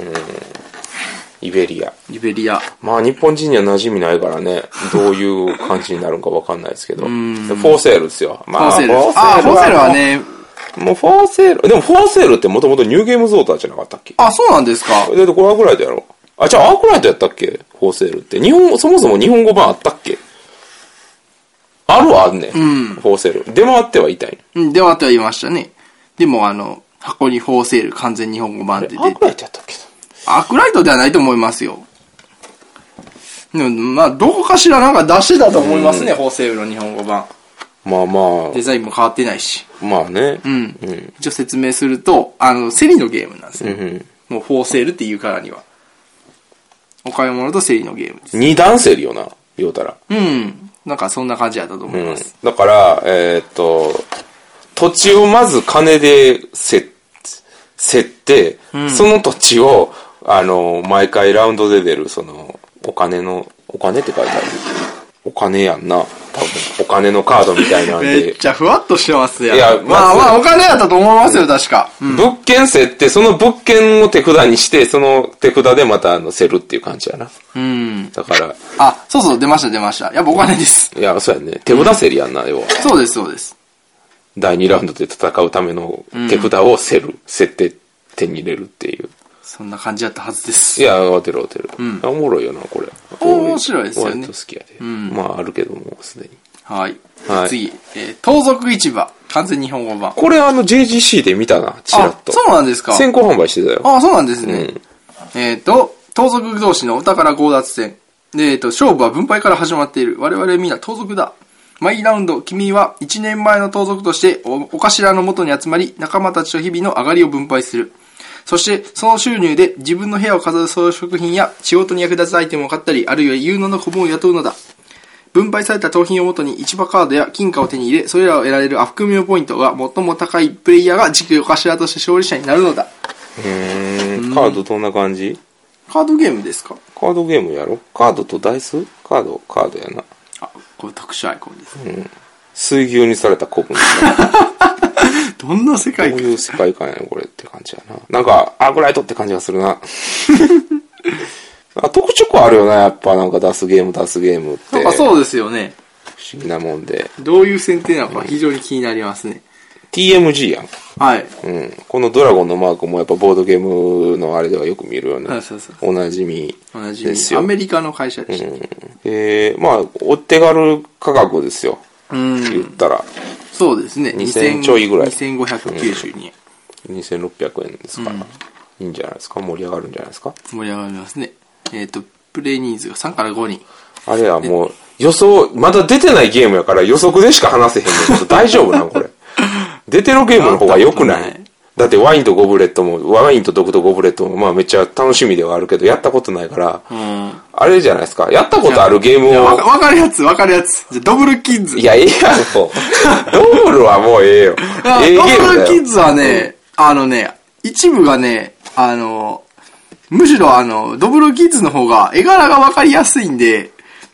A: イベリア。
B: イベリア。
A: まあ日本人には馴染みないからね、どういう感じになるんかわかんないですけど。でフォーセールですよ。まあ
B: フォーセル。ああ、フォーセルは。ね、
A: もうフォーセール。でもフォーセールってもともとニューゲームゾータじゃなかったっけ
B: あ、そうなんですか。
A: だってこれアークライトやろ。あ、じゃあアークライトやったっけフォーセールって。日本、そもそも日本語版あったっけあるはあんねん。フォーセール。出回ってはいたい。
B: うん、でもあとは言いましたね。でもあの、箱にフォーセール完全日本語版
A: ア
B: って出
A: ー
B: て
A: クライトやったっけ
B: アークライトではないと思いますよ。でもまあ、どこかしらなんか出してたと思いますね、フォーセールの日本語版。
A: まあま
B: デザインも変わってないし。
A: あ、まあね。
B: うん。一応説明すると、あの、セリのゲームなんです
A: う
B: ね。
A: ん。
B: もうフォーセールっていうからには。お買い物とセリのゲームです。
A: 二段せるよな、言うたら。
B: うん。なんかそんな感じだったと思い
A: うん
B: ます。。
A: だから、えーっと、土地をまず金でせ、せって、その土地を、あの、毎回ラウンドで出る、その、お金の、お金って書いてある。お金やんな。多分、お金のカードみたいなん
B: めっ
A: で。
B: ちゃふわっとしてますやん。
A: いや
B: ま
A: ま
B: あ
A: ず
B: まあ、お金やったと思いますよ、確か。うん
A: 物件せって、その物件を手札にして、その手札でまた、あの、せるっていう感じやな。
B: うん。
A: だから、
B: あ、そうそう、出ました、出ました。やっぱお金です。
A: いや、そうやね。手札せりやんな、要は。
B: そうです、そうです。
A: 第2ラウンドで戦うための手札をせる、設定手に入れるっていう。
B: そんな感じだったはずで
A: い
B: す。
A: や、当てる当てる。あおもろいよな、これ。
B: 面白いですよね
A: 割と好きやで。まあ、あるけども、すでに。
B: はい。
A: はい
B: 次、えー盗賊市場。完全日本語版。
A: これ、あの、JGC で見たな、ちら
B: あ
A: っ、と。
B: そうなんですか。
A: 先行販売してたよ。
B: あ、そうなんですね。えっ、と、盗賊同士のお宝強奪戦。で、えっ、と、勝負は分配から始まっている。我々皆盗賊だ。毎ラウンド、君は1年前の盗賊としてお、お頭の元に集まり、仲間たちと日々の上がりを分配する。そして、その収入で自分の部屋を飾る装飾品や仕事に役立つアイテムを買ったり、あるいは有能な顧問を雇うのだ。分配された盗品をもとに市場カードや金貨を手に入れ、それらを得られるアフクミオポイントが最も高いプレイヤーが次期お頭として勝利者になるのだ。
A: うーん。カードどんな感じ
B: カードゲームですか
A: カードゲームやろカードとダイスカード、カードやな。
B: あ、これ特殊アイコンです。
A: 水牛にされた古文。
B: どんな世
A: どう
B: 界
A: いう世界観やねんこれって感じやな。なんか、アークライトって感じがする な。なんか特色あるよな、やっぱなんか出すゲーム出すゲームって。
B: なんかそうですよね。
A: 不思議なもんで。
B: どういう選定なのか非常に気になりますね。
A: TMG やん。
B: はい。
A: うん。このドラゴンのマークもやっぱボードゲームのあれではよく見るよね。
B: そうそうそう
A: おなじみ
B: おなじ
A: で
B: み
A: す。
B: ア
A: よ。
B: メリカの会社でした。
A: うんえー、まあ、お手軽価格ですよ。
B: うん
A: 言ったら、
B: そうですね。
A: 2000ちょいぐらい
B: 2592円。
A: 2600円ですから。いいんじゃないですか盛り上がるんじゃないですか
B: 盛り上がりますね。えっ、と、プレイ人数が3から5人。
A: あれはもう、予想、まだ出てないゲームやから予測でしか話せへんねんけど、大丈夫なんこ れ。出てるゲームの方が良くな
B: なん
A: い
B: かない
A: だってワインとゴブレットも、ワインと毒とゴブレットも、まあめっちゃ楽しみではあるけど、やったことないから、
B: うん。
A: あれじゃないですか。やったことあるゲーム
B: いやわか
A: を、
B: わかるやつ、わかるやつ。じゃあ、ドブルキッズ。
A: いや、ええやん、もう。ドブルはもうええよ。
B: あ
A: ええゲーム
B: ドブル
A: だ
B: キッ
A: よ。
B: ズはね、あのね、一部がね、あの、むしろあの、ドブルキッズの方が絵柄がわかりやすいんで、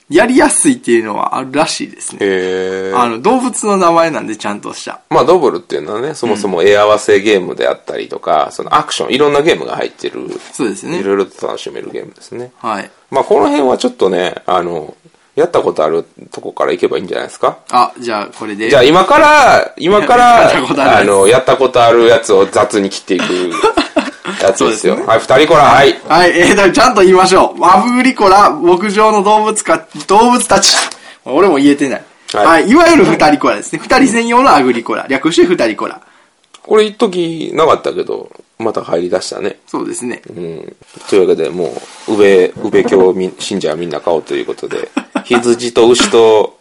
B: やりやすいっていうのはあるらしいですね。
A: へえ。
B: あの、動物の名前なんでちゃんとした。
A: まあ、ドブルっていうのはね、そもそも絵合わせゲームであったりとか、そのアクション、いろんなゲームが入ってる。
B: そうですね
A: いろいろと楽しめるゲームですね。
B: はい。
A: まあ、この辺はちょっとね、あの、やったことあるとこから行けばいいんじゃないですか。
B: あ、じゃあこれで。
A: じゃあ今から、今か
B: やったこと
A: ら、
B: あるやつ
A: あの、やったことあるやつを雑に切っていくやつです よ。
B: そうですね
A: はい、二人こら、はい。
B: はい、えー、だからちゃんと言いましょう。アブリコラ、牧場の動物か、動物たち。俺も言えてない。
A: は
B: はいい、い、わゆる二人コラですね。二人専用のアグリコラ。略して二人コラ。
A: これ一時なかったけど、また入り出したね。
B: そうですね。
A: うん。というわけで、もう、宇部、宇部教み信者はみんな買おうということで、羊と牛と、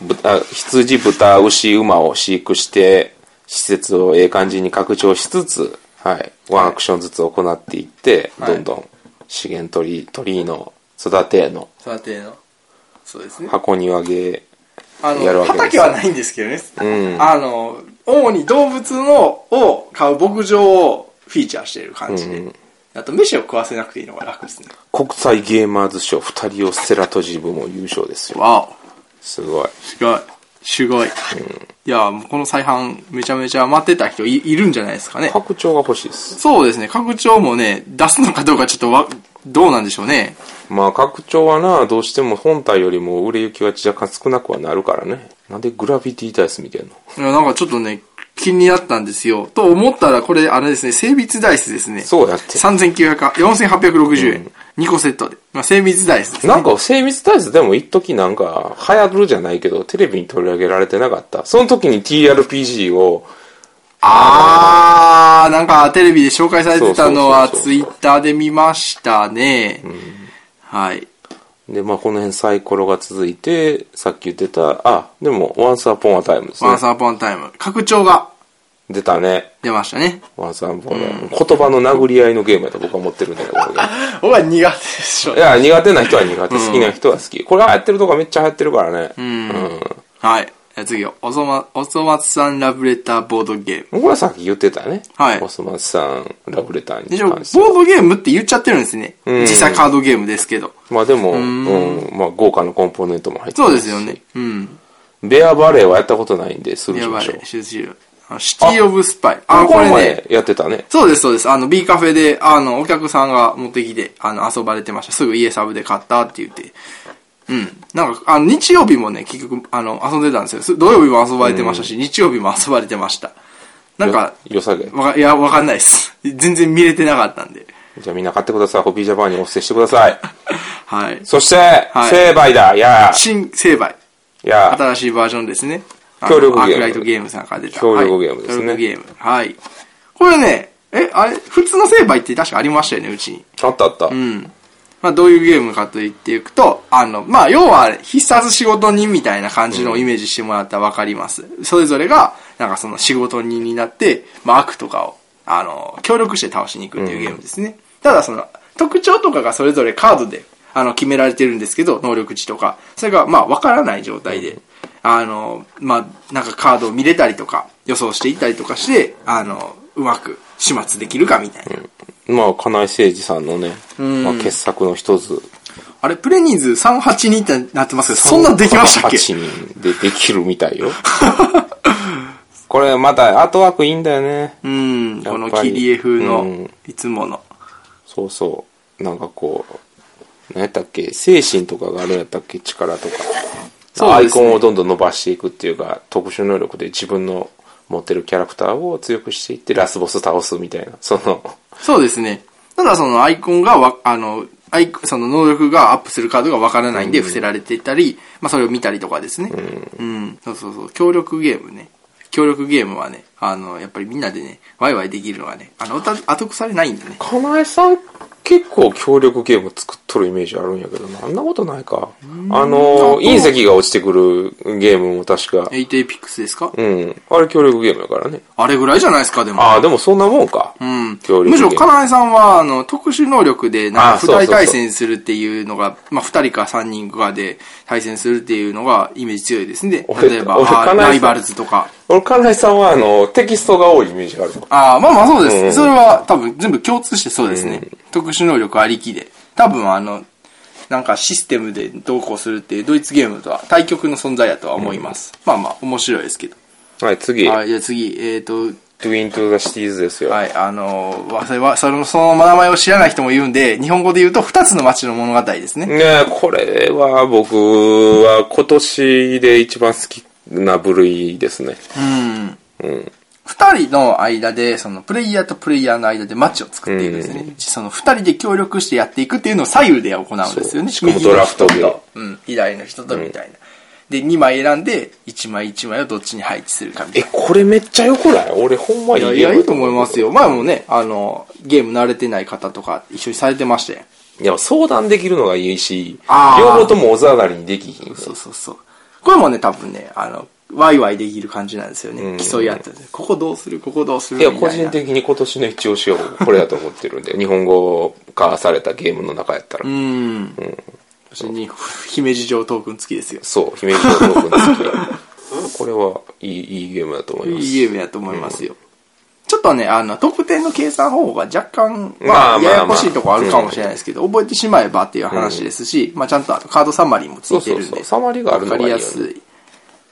A: 豚、羊、豚、牛、馬を飼育して、施設をええ感じに拡張しつつ、はい、ワンアクションずつ行っていって、
B: はい
A: どんどん資源取り、鳥居の育ての
B: さての。そうですね。
A: 箱庭芸
B: あ
A: やる
B: の、
A: わけです
B: 畑
A: よ
B: はないんですけどね。
A: うん
B: あの、主に動物の、を買う牧場をフィーチャーしている感じで。あと、飯を食わせなくていいのが楽ですね。
A: 国際ゲーマーズ賞二人をセラトジ部門優勝ですよ。
B: わお。
A: すごい。
B: すごい。すごい。いや、もうこの再販、めちゃめちゃ待ってた人いいるんじゃないですかね。
A: 拡張が欲しいです。
B: そうですね、拡張もね、出すのかどうかちょっとわ、どうなんでしょうね。
A: まあ拡張はな、どうしても本体よりも売れ行きは若干少なくはなるからね。なんでグラビティダイス見てんの
B: いやなんかちょっとね、気になったんですよ。と思ったら、これ、あれですね、精密ダイスですね。
A: そうやって。
B: 3900か、4860円。2個セットで。まあ、精密ダイスですね。
A: なんか精密ダイスでも一時なんか流行るじゃないけど、テレビに取り上げられてなかった。その時に TRPG を、
B: あー、なんかテレビで紹介されてたのは、
A: そうそう
B: ツ
A: そう
B: イ
A: そ
B: ッターで見ましたね。はい。
A: で、まあこの辺サイコロが続いて、さっき言ってた、あ、でも、ワンサーポンアタイムです
B: ワ
A: ね
B: ン。サーポンタイム。拡張が
A: 出たね。
B: 出ましたね。
A: ワンサーポンアタイム。言葉の殴り合いのゲームやと僕は思ってるんだけど、これが
B: 僕は苦手でしょ
A: い。や、苦手な人は苦手、好きな人は好き。これはやってるとこめっちゃ流行ってるからね。うん。
B: はい。じゃあ次、おそま、おそ松さんラブレターボードゲーム。
A: これはさっき言ってたね。
B: はい
A: おそ松さん、ラブレターに
B: 一応、ボ
A: 関して。
B: ードゲームって言っちゃってるんですね。実際カードゲームですけど。
A: まあでも、うん。まあ豪華なコンポーネントも入って。
B: そうですすよね。うん。
A: ベアバレーはやったことないんで、するし
B: や
A: ま
B: ばい
A: しょう。。
B: シューシューあのシティオブスパイ。あ、
A: こ
B: こ
A: れ
B: れね。
A: 前やってたね。
B: そうです、そうです。あの、B カフェで、あの、お客さんが持ってきて、あの、遊ばれてました。すぐ家サブで買ったって言って。うん。なんか、あの、日曜日もね、結局、あの、遊んでたんですよす。土曜日も遊ばれてましたし、日曜日も遊ばれてました。なんか、
A: よ良さげ。
B: わか、いや、わかんないです。全然見れてなかったんで。
A: じゃあみんな買ってください。ホビージャパンにお布施してください。
B: はい。
A: そして、
B: い
A: 成敗だ。やー
B: 新成敗。
A: やー
B: 新しいバージョンですね。あの
A: 協力ゲーム
B: アークライトゲームさんから出た。
A: 協力ゲームですね
B: はい、協力ゲーム。はい。これね、え、あれ、普通の成敗って確かありましたよね、うちに。
A: あったあった。
B: うん。まあ、どういうゲームかと言っていくと、あの、まあ、要は、必殺仕事人みたいな感じのイメージしてもらったらわかります。それぞれが、なんかその仕事人になって、まあ、悪とかを、あの、協力して倒しに行くっていうゲームですね。ただ、その、特徴とかがそれぞれカードで、あの、決められてるんですけど、能力値とか、それが、まあ、わからない状態で、あの、まあ、なんかカードを見れたりとか、予想していったりとかして、あの、うまく始末できるかみたいな。
A: まあ、金井誠二さんのね、まあ傑作の一つ。
B: あれ、プレニーズ382ってなってますけど、そんなんできましたっけ
A: ?8 人でできるみたいよ。これまたアートワークいいんだよね。
B: うん、こ
A: やっ
B: の
A: ぱり
B: 切り絵風
A: う
B: の
A: ん、
B: いつもの。
A: そうそう。なんかこう、何やったっけ精神とかがあるんやったっけ力とか。
B: そうですね
A: アイコンをどんどん伸ばしていくっていうか、特殊能力で自分の持ってるキャラクターを強くしていって、ラスボス倒すみたいな。その、
B: そうですね。ただそのアイコンがわ、あの、アイコンその能力がアップするカードがわからないんで伏せられていたり、まあそれを見たりとかですね。うん、そうそうそう。協力ゲームね。協力ゲームはね、あの、やっぱりみんなでね、ワイワイできるのがね、あの、おた後腐れないんでね。
A: 金井さん結構協力ゲーム作っとるイメージあるんやけどな、あんなことないか。あの、隕石が落ちてくるゲームも確か、
B: 8エピックスですか、
A: うん。あれ協力ゲームやからね。
B: あれぐらいじゃないですか、でも。
A: ああ、でもそんなもんか。
B: うん
A: 協力ゲーム
B: むしろ、かなえさんは、あの、特殊能力で、
A: あ
B: なん
A: そ
B: か、
A: うそうそう
B: 二人対戦するっていうのが、まあ、二人か三人かで対戦するっていうのが、イメージ強いですね。
A: 俺
B: 例えば、
A: 俺金
B: あ
A: 井さん
B: ライバルズとか。
A: 俺、金井さんはあの、テキストが多いイメージがある。
B: ああ、まあまあそうです。
A: うん
B: それは、多分、全部共通してそうですね。特殊能力ありきで。多分、あの、なんかシステムでどうこうするっていうドイツゲームとは対極の存在やとは思います。まあまあ、面白いですけど。
A: はい、次、
B: はい、じゃあ次、えっ、と、
A: トゥイントゥザシティーズですよ。
B: はい、あのー、忘れは、その、その名前を知らない人もいるんで、日本語で言うと、二つの街の物語ですね。
A: ねえこれは僕は今年で一番好きな部類ですね。
B: 二人の間で、その、プレイヤーとプレイヤーの間で街を作っていくんですね。その、二人で協力してやっていくっていうのを左右で行うんですよね。
A: しかも
B: 右の
A: ドラフトで
B: 人とうん、左の人とみたいな。で、2枚選んで、1枚1枚をどっちに配置するかみたい
A: え、
B: な。
A: これめっちゃ良くない俺ほんまいい
B: いや、い
A: ゲーム
B: や、いいと思いますよ。前もね、あの、ゲーム慣れてない方とか一緒にされてましたよ。
A: いや、相談できるのがいいし
B: あ、ー
A: 両方ともおざなりにできひん。
B: そうそうそう。これもね、多分ね、あの、ワイワイできる感じなんですよね。競い合ってて、ここどうする、ここどうする。
A: いや、
B: み
A: 個
B: たいな
A: 人的に今年の一押しは僕 これだと思ってるんで、日本語化されたゲームの中やったら。
B: 私に、姫路城トークン付きですよ。
A: そう、姫路のトークの好き。こ れはいい、いいゲームだと思い
B: い
A: ます。
B: いゲームやと思いますよ。ちょっとね、あの、得点の計算方法が若干、
A: ま
B: ま
A: あまあま
B: あ、
A: あ
B: ややこしいとこあるかもしれないですけど、覚えてしまえばっていう話ですし、まあ、ちゃんとあとカードサマリーもついてるんで、
A: そうそうそうサマリーがあるのがいいよね
B: わかりやすい。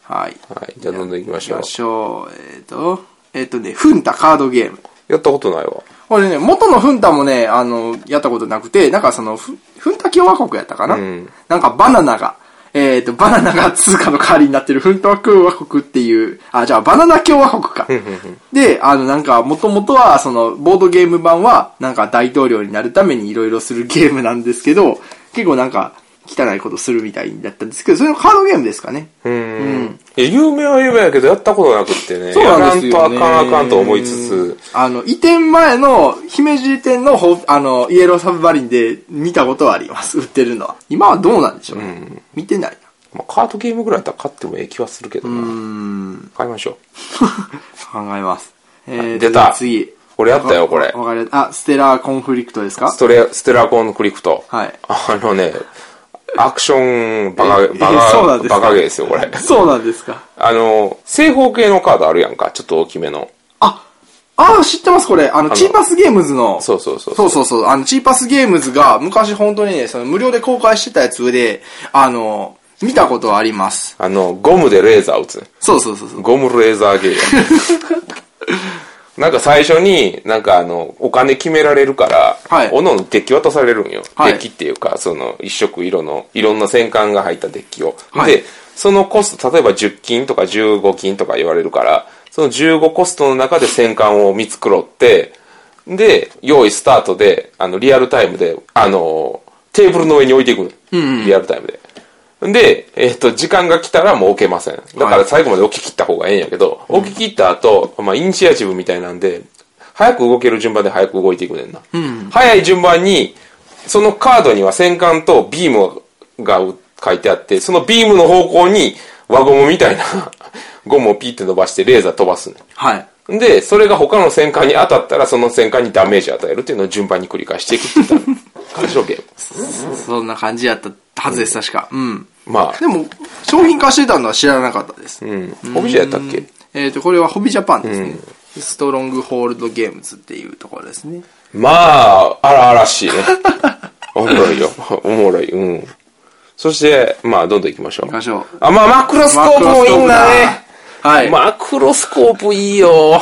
B: はい。
A: はい、じゃあどんどん行きまし
B: 行き
A: ょう
B: ま。しょう。えっ、と、えっ、とね、ふんたカードゲーム。
A: やったことないわ。
B: これね、元のフンタもね、あの、やったことなくて、なんかその、フフンタ共和国やったかな、なんかバナナが、えっ、と、バナナが通貨の代わりになってるフンタ共和国っていう、あ、じゃあバナナ共和国か。で、あの、なんか、もともとは、その、ボードゲーム版は、なんか大統領になるためにいろいろするゲームなんですけど、結構なんか、汚いことするみたいだったんですけど、それのカードゲームですかね。
A: うん。いや、有名は有名やけど、やったことなくってね。
B: そうなんですよ、ね。
A: やらんとあかんあかんと思いつつ、
B: あの、移転前の、姫路店のほ、あの、イエローサブマリンで見たことはあります、売ってるのは。今はどうなんでしょうね。見てない
A: まあ、カードゲームぐらいだったら買ってもええ気はするけど
B: な。う
A: な。
B: ん、
A: 買いましょう。
B: 考えます。えー
A: 出た
B: 次。
A: 俺やったよ、これ。
B: わかりあ、ステラーコンフリクトですか
A: ストレ、ステラコンクリクト。
B: はい
A: あのね、アクションバカ、
B: え
A: バ
B: えそうなん
A: カ、
B: です
A: バ
B: か
A: カゲーですよ、これ。
B: そうなんですか。
A: あの、正方形のカードあるやんか、ちょっと大きめの。
B: あ、あー、知ってます、これ。あの、チーパスゲームズの。
A: そうそうそう。
B: そうそうそう。あの、チーパスゲームズが昔本当にね、その無料で公開してたやつで、あの、見たことはあります。
A: あの、ゴムでレーザー撃つね。
B: そうそうそうそう。
A: ゴムレーザーゲーやなんか最初に、なんかあの、お金決められるから、
B: はい
A: おのおのデッキ渡されるんよ。
B: はい
A: デッキっていうか、その、一色色の、いろんな戦艦が入ったデッキを。
B: はい
A: で、そのコスト、例えば10金とか15金とか言われるから、その15コストの中で戦艦を見繕って、で、用意スタートで、あの、リアルタイムで、あの、テーブルの上に置いていくの。リアルタイムで。で、えっ、と、時間が来たらもう置けません。だから最後まで置き切った方がええんやけど、置き切った後、まあ、イニシアチブみたいなんで、早く動ける順番で早く動いていくねんな。早い順番に、そのカードには戦艦とビームが書いてあって、そのビームの方向に輪ゴムみたいな ゴムをピッて伸ばしてレーザー飛ばすねん。
B: はい。
A: で、それが他の戦艦に当たったら、その戦艦にダメージを与えるっていうのを順番に繰り返していくって言った感じのゲー
B: そんな感じやったはずです、確か。うん。
A: ム。まあ、
B: でも、商品化してたのは知らなかったです。
A: うん。オブジェやったっけ
B: えっ、と、これはホビジャパンですね。ストロングホールドゲームズっていうところですね。
A: まあ、荒々しいね。 おもろいよ。おもろい。うん。そして、まあ、どんどん行きましょう。
B: 行きましょう
A: あ、まあ、マクロスコープもいいんだね。
B: はい。
A: マクロスコープいいよ。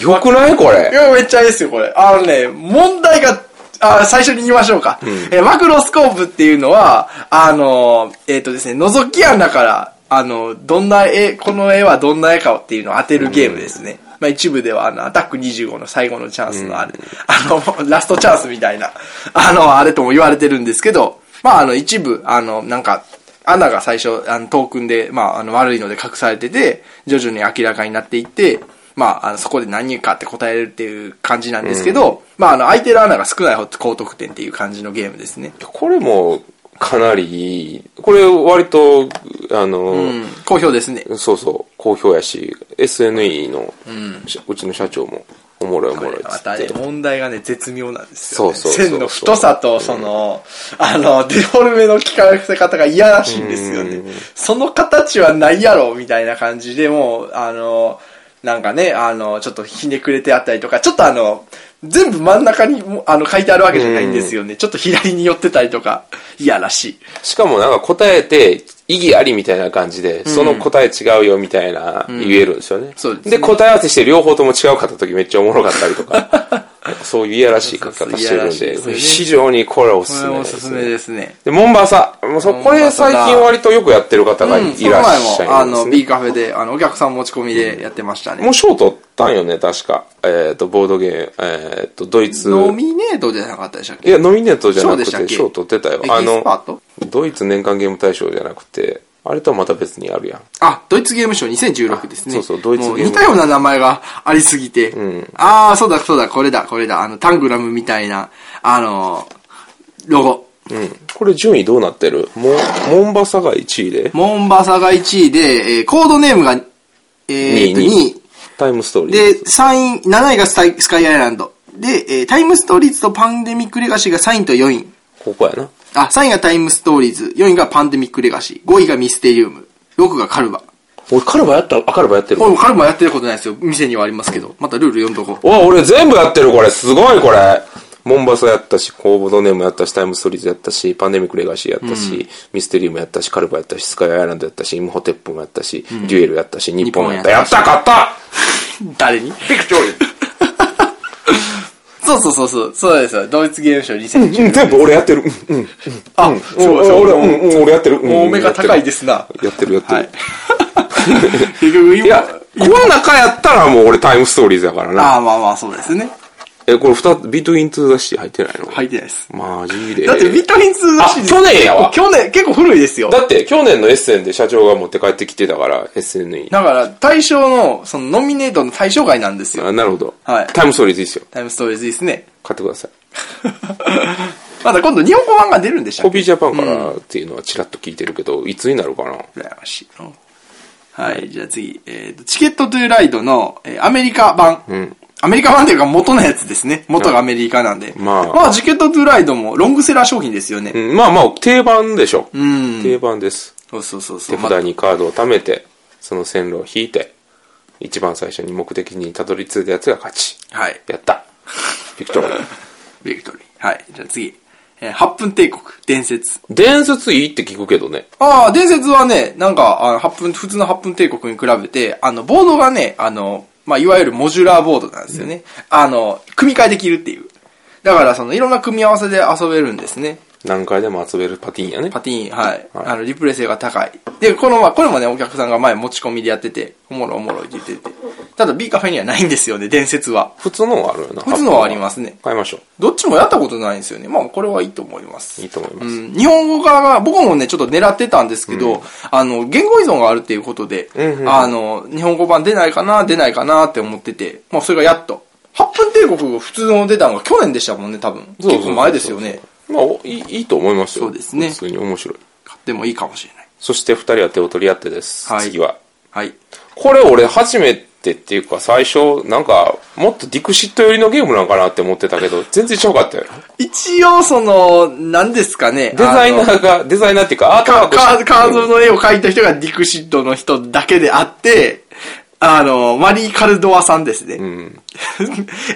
A: よくないこ
B: い
A: れ。
B: や、めっちゃいいですよ、これ。あのね、問題が、あ最初に言いましょうか。えーマクロスコープっていうのは、あのー、えっ、とですね、覗き穴から、あの、どんな絵、この絵はどんな絵かっていうのを当てるゲームですね。まあ一部では、あの、アタック25の最後のチャンスのあれ、あの、ラス トチャンスみたいな、あの、あれとも言われてるんですけど、まああの、一部、あの、なんか、穴が最初、あの、トークンで、まあ、あの、悪いので隠されてて、徐々に明らかになっていって、まあ、あのそこで何かって答えるっていう感じなんですけど、まあ、あの、空いてる穴が少ない方高得点っていう感じのゲームですね。
A: これも、かなりいい。これ、割と、あの、
B: うん、好評ですね。
A: そうそう、好評やし、SNE の、うちの社長も、おもろいおもろいっ
B: ま
A: つ
B: た
A: っ
B: ね
A: て。、
B: 問題がね、絶妙なんですよ、ね。
A: そうそうそうそう
B: 線の太さと、その、あの、デフォルメの聞かせ方がいやらしいんですよね。その形はないやろ、みたいな感じでもう、あの、なんかね、あの、ちょっとひねくれてあったりとか、ちょっとあの、全部真ん中にもあの書いてあるわけじゃないんですよね。ちょっと左に寄ってたりとか、いやらしい。
A: しかもなんか答えて、意義ありみたいな感じで、その答え違うよみたいな、言えるんですよね。
B: そうですね
A: で、答え合わせして両方とも違うかった時めっちゃおもろかったりと か、なんかそういういやらしい書き方してるん
B: そうそういやらしい
A: で、
B: ですね
A: 非常にこれはおすす
B: これ
A: め
B: も
A: で
B: おす
A: す
B: す
A: ね
B: めですね。
A: で、モンバーサ。もうそ
B: モン
A: こ
B: バ
A: れ
B: ーサだ
A: 最近割とよくやってる方がいらっし
B: その前
A: ゃい
B: も、
A: ま
B: あ
A: す
B: の、
A: ね。
B: B カフェで、あの、お客さん持ち込みでやってましたね
A: も。う賞取ったんよね、確か。えっ、と、ボードゲーム、えっ、と、ドイツ。
B: ノミネートじゃなかったでしたっ
A: い
B: け
A: や、ノミネートじゃな
B: 賞で
A: く、
B: したってけ
A: 賞取ってたよ
B: エ。キ
A: あ
B: スパ
A: の
B: ー、ト
A: ドイツ年間ゲーム大賞じゃなくて、あれとはまた別にあるやん。
B: あ、ドイツゲームショー2016ですね。
A: そうそうドイツゲーム
B: もう似たような名前がありすぎて。ああ、そうだそうだ、これだ、これだ。あの、タングラムみたいな、あの、ロゴ。
A: うん。これ順位どうなってるモン、モンバサが1位で、
B: モンバサが1位で、えーコードネームが、えー、と
A: 2
B: 2
A: 位
B: 位。
A: タイムストーリー
B: で、
A: ズ。
B: 3位、7位がスタイスカイアイランド。で、えータイムストーリーズとパンデミックレガシーが3位と4位。
A: ここやな。
B: あ、3位がタイムストーリーズ、4位がパンデミックレガシー、5位がミステリウム、6位がカルバ。
A: 俺、カルバやったあ、カルバやってる
B: これもカルバやってることないですよ。店にはありますけど。またルール読んどこう。
A: うわ、俺全部やってる、これ。すごい、これ。モンバサやったし、コーボドネームやったし、タイムストーリーズやったし、パンデミックレガシーやったし、ミステリームやったし、カルバやったし、スカイアイランドやったし、イムホテップもやったし、デュエルやったし、日本やった。や
B: や
A: っ、
B: った
A: 勝った
B: 誰に
A: ビクトリー
B: そうそうそうそう。そうですよ。ドイツゲームショー2010。
A: うん、全部俺やってる。うん、うん。
B: あ、そうそう。
A: 俺、うん、うん、俺やってる。うん
B: お目が高いですな。
A: やってる、やってる。
B: はい。結局今。
A: いや、この中やったらもう俺タイムストーリーズやからな。
B: ああ、まあまあ、そうですね。
A: え、これ二つ、ビートイントゥーだし入ってないの
B: 入ってないです。
A: マジで。
B: だって、ビットインズらしいです
A: あ去年やわ
B: 去年、結構古いですよ。
A: だって、去年のエッセンで社長が持って帰ってきてたから、SNE。
B: だから、対象の、その、ノミネートの対象外なんですよ。
A: あなるほど。
B: はい
A: タイムストーリーズいいっすよ。
B: タイムストーリーズいいですね。
A: 買ってください。
B: まだ今度日本語版が出るんでした
A: コ
B: っけ
A: ピージャパンからっていうのはチラッと聞いてるけど、いつになるかな
B: 羨ましいのはい、じゃあ次。えっ、と、チケットトゥーライドの、えーアメリカ版。アメリカ版というか元のやつですね。元がアメリカなんで。
A: まあ
B: まあ、チケットトゥーライドもロングセラー商品ですよね。
A: うん、まあまあ、定番でしょ。定番です。
B: そうそうそうそ
A: 手
B: う。まあ
A: 札にカードを貯めて、その線路を引いて、一番最初に目的にたどり着いたやつが勝ち。
B: はい。
A: やった。ビクトリー。
B: ビクトリー。はい。じゃあ次。えー、8分帝国、伝説。
A: 伝説いいって聞くけどね。
B: ああ、伝説はね、なんか、あの8分、普通の8分帝国に比べて、あの、ボードがね、あの、まあ、いわゆるモジュラーボードなんですよね。あの、組み替えできるっていう。だから、その、いろんな組み合わせで遊べるんですね。
A: 何回でも遊べるパティーンやね。
B: パティーン、はい。あの、リプレイ性が高い。で、この、まあ、これもね、お客さんが前持ち込みでやってて、おもろおもろいって言ってて。ただ、B カフェにはないんですよね、伝説は。
A: 普通のはあるよな。
B: 普通のはありますね。
A: 買いましょ
B: どっちもやったことないんですよね。まあ、これはいいと思います。
A: う。いいと思いま
B: う
A: す。
B: ん日本語側が、僕もね、ちょっと狙ってたんですけど、あの、言語依存があるっていうことで、
A: んうん
B: あの、日本語版出ないかな、出ないかなって思ってて、まあ、それがやっと。8分帝国が普通の出たのが去年でしたもんね、多分。
A: そうそうそう
B: 結構前ですよね。
A: まあ、おいいいいと思いますよ。
B: そうですね
A: 普通に面白い。
B: 買ってもいいかもしれない。
A: そして二人は手を取り合ってです。
B: はい
A: 次は。
B: はい。
A: これ俺初めてっていうか最初、なんか、もっとディクシット寄りのゲームなんかなって思ってたけど、全然違うか ったよ。
B: 一応、その、何ですかね。
A: デザイナ
B: あの
A: ーが、デザイナーっていうかアートワ
B: カ
A: ークし
B: カカードの絵を描いた人がディクシットの人だけであって、あの、マリー・カルドワさんですね。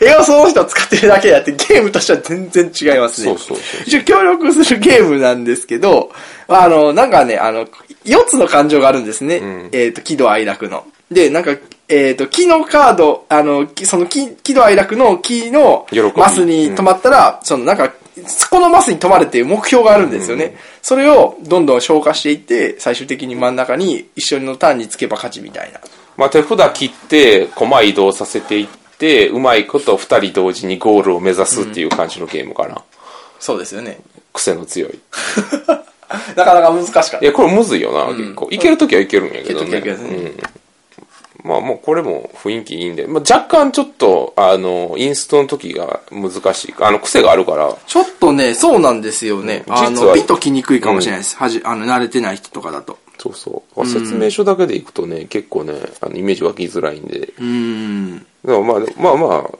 B: 絵をその人は使ってるだけであって、ゲームとしては全然違いますね。
A: そうそうそう
B: 一応協力するゲームなんですけど、あの、なんかね、あの、4つの感情があるんですね。えっ、と、喜怒哀楽の。で、なんか、えっ、と、木のカード、あの、きその木、喜怒哀楽の木の
A: 喜び
B: マスに止まったら、そのなんか、そこのマスに止まるっていう目標があるんですよね。それをどんどん消化していって、最終的に真ん中に一緒のターンにつけば勝ちみたいな。
A: まあ、手札切って、駒移動させていって、うまいこと二人同時にゴールを目指すっていう感じのゲームかな。
B: そうですよね。
A: 癖の強い。
B: なかなか難しかった
A: い。や、これむずいよな、結構。いけるときはいけるんやけどね。
B: いけるときはいける
A: うん。まあ、もうこれも雰囲気いいんで、まあ、若干ちょっと、あの、インストの時が難しい。あの、癖があるから、
B: ちょっとね、そうなんですよね。あ
A: 実は
B: の、ピッと来にくいかもしれないです。はじ、あの、慣れてない人とかだと。
A: そうそう。説明書だけでいくとね、結構ね、あのイメージ湧きづらいんで。
B: うん。
A: でもまあ、まあまあ、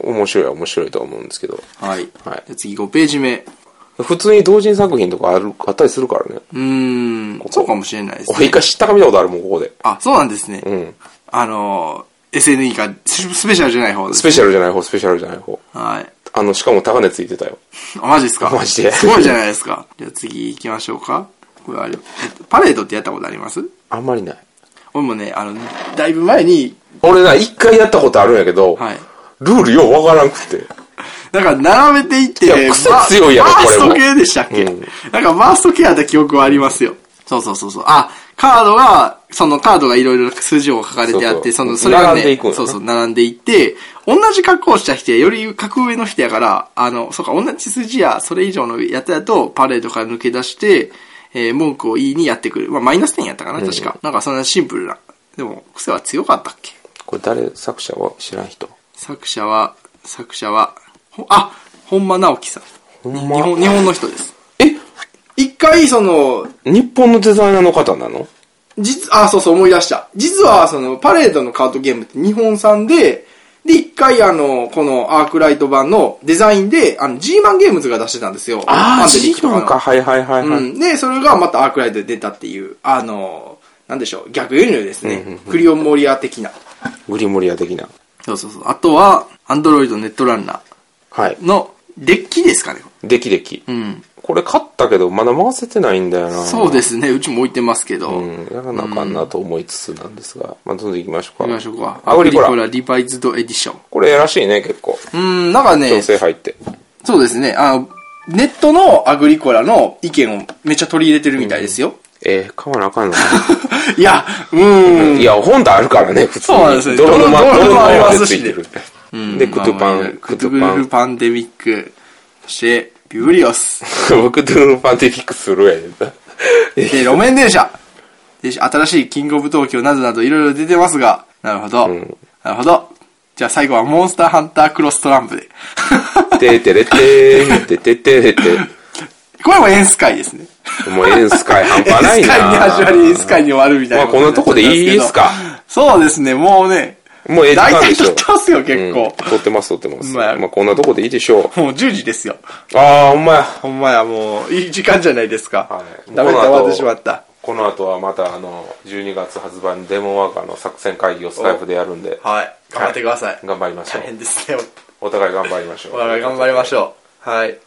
A: 面白いは面白いとは思うんですけど。
B: はい。
A: はい
B: じゃあ次5ページ目。
A: 普通に同人作品とかあるあったりするからね。
B: うん。そうかもしれないです
A: 俺一
B: ね。
A: 回知ったか見たことあるもん、ここで。
B: あ、そうなんですね。
A: うん。
B: あの SNE か、ススペシャルじゃない方で
A: ス
B: す。
A: ペシャルじゃない方、スペシャルじゃない方。
B: はい。
A: あの、しかも高値ついてたよ。
B: あ、マジですか
A: マジです
B: ごいじゃないですか。じゃあ次行きましょうか。これあれ、えっとパレードってやったことあります
A: あんまりない。
B: 俺もね、あの、だいぶ前に、
A: 俺な、一回やったことあるんやけど、
B: はい
A: ルールようわからんくって。
B: なんか並べていって、
A: いや癖
B: バ
A: 強いやろ
B: バー
A: これ
B: ス
A: も
B: ト系でしたっけ、
A: うん
B: なんかバースト系やった記憶はありますよ。そうそうそうそう。あ、カードが、そのカードがいろいろ数字を書かれてあって、
A: そそ
B: そう
A: う
B: の、それが
A: 並んでい
B: ね
A: くん、やな
B: そうそう、並んでいって、同じ格好をした人や、より格上の人やから、あの、そうか、同じ数字や、それ以上のやつやと、パレードから抜け出して、えー文句を言いにやってくる。まあ、マイナス点やったかな、確か。なんかそんなシンプルな。でも、癖は強かったっけ
A: これ誰、作者は知らん人。
B: 作者は、作者は、ほあ本間直樹さん。
A: ほん
B: 日
A: ま。
B: 本、日本の人です。
A: え
B: 一回、その、
A: 日本のデザイナーの方なの
B: 実、あ、そうそう、思い出した。実は、その、パレードのカードゲームって日本産で、で、一回、あの、このアークライト版のデザインで、あの、G マンゲームズが出してたんですよ。
A: あ
B: パ
A: あ、
B: ンデミ
A: ジ
B: ック
A: ーマン
B: の
A: か。はいはいはいは
B: う
A: い。
B: ん。で、それがまたアークライトで出たっていう、あの、なんでしょう、逆輸入ですね。クリオンモリア的な。
A: グリモリア的な。
B: そうそうそう。あとは、アンドロイドネットランナ
A: はい
B: ー。のデッキですかね。
A: できでき。
B: うん。
A: これ買ったけど、まだ回せてないんだよな。
B: そうですね。うちも置いてますけど。
A: うん、やらなあかんなと思いつつなんですが、まあ、どんどん行きましょうか。
B: 行きましょうか。
A: アグリコラ。
B: リバイズドエディション。
A: これやらしいね、結構。
B: うん、なんか
A: 調
B: ね、
A: 整入って。
B: そうですね、あの、ネットのアグリコラの意見をめっちゃ取り入れてるみたいですよ。
A: えー、買わなあかんのか
B: いや、うーん。
A: いや、本体あるからね、普通に。
B: そうなんですね
A: ドロドロ
B: ドロドロ
A: ドロ
B: あり
A: ま
B: ま
A: ですつ
B: し
A: いてる。で、クトゥパン、
B: ク
A: ク
B: ト
A: ト
B: ゥ
A: ゥ
B: パ
A: パ
B: ン。
A: ン。
B: パンデミック。そして、ビブリオ ス。
A: 僕、ドゥーンパンデミックするやねんな。
B: で、路面電車。で新しいキングオブ東京などなどいろいろ出てますが、なるほど。
A: ん
B: なるほど。じゃあ最後はモンスターハンタークロストランプで。
A: てーてれてー、てててれて
B: これも演出会ですね。
A: もうエンス会半端ない
B: エンス
A: な。
B: 会に始まり、エンス会に終わるみたいな。
A: まあこんなとこでいいですか
B: そうですね、もうね。
A: もうええ時
B: 大
A: 間
B: 体
A: でしょ
B: 撮ってますよ、結構。
A: うん撮ってます、撮ってます。
B: うまい
A: まあ、こんなとこでいいでしょ
B: もう10時ですよ。
A: う。ああ、ほんまや。
B: ほんまや、もう、いい時間じゃないですか。
A: はい
B: ダメだ、
A: この後
B: 終わってしまった。
A: この後はまたあの12月発売のデモワーカーの作戦会議をスカイプでやるんで、
B: はい。頑張ってください。
A: 頑張りましょ
B: 大
A: う
B: 変ですね。
A: お互い頑張りましょう
B: 我々頑張りましょう。はい。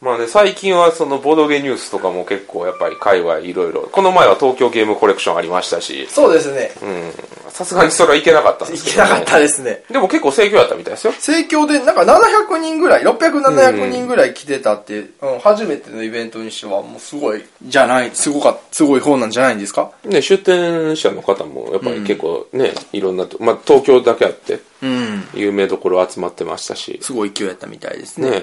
A: まあね最近はそのボードゲニュースとかも結構やっぱり界隈いろいろこの前は東京ゲームコレクションありましたし
B: そうですね。
A: うんさすがにそれはいけなかったんで
B: い
A: すけ
B: け
A: ど、
B: な
A: ね、
B: かったですね。
A: でも結構盛況だったみたいですよ
B: 盛況で、なんか700人ぐらい、600、700人ぐらい来てたって、うん、初めてのイベントにしては、もうすごい、じゃない、すごか、すごい方なんじゃないんですか
A: ね出店者の方もやっぱり結構ね、いろんなと、まあ、東京だけあって
B: うん。
A: 有名どころ集まってましたし
B: すごい勢いやったみたいですね。
A: ね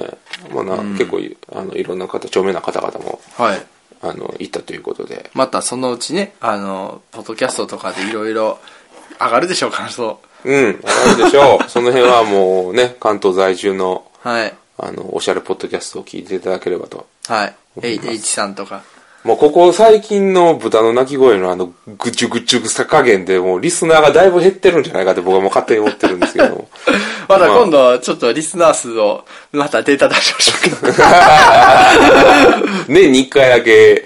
A: まあな、結構いあのいろんな方著名な方々も
B: はい。
A: あの行ったということで
B: またそのうちね、あの、ポッドキャストとかでいろいろ上がるでしょう、感想。
A: うん、あるでしょ う。その辺はもうね、関東在住の、
B: はい。
A: あの、おしゃれポッドキャストを聞いていただければと。
B: はい。えい、えいちさんとか。
A: もうここ最近の豚の鳴き声のあの、ぐちゅぐちゅぐさ加減で、もうリスナーがだいぶ減ってるんじゃないかって僕はもう勝手に思ってるんですけど も。
B: また今度、ちょっとリスナー数を、またデータ出しましょうか。
A: 年に一回だけ、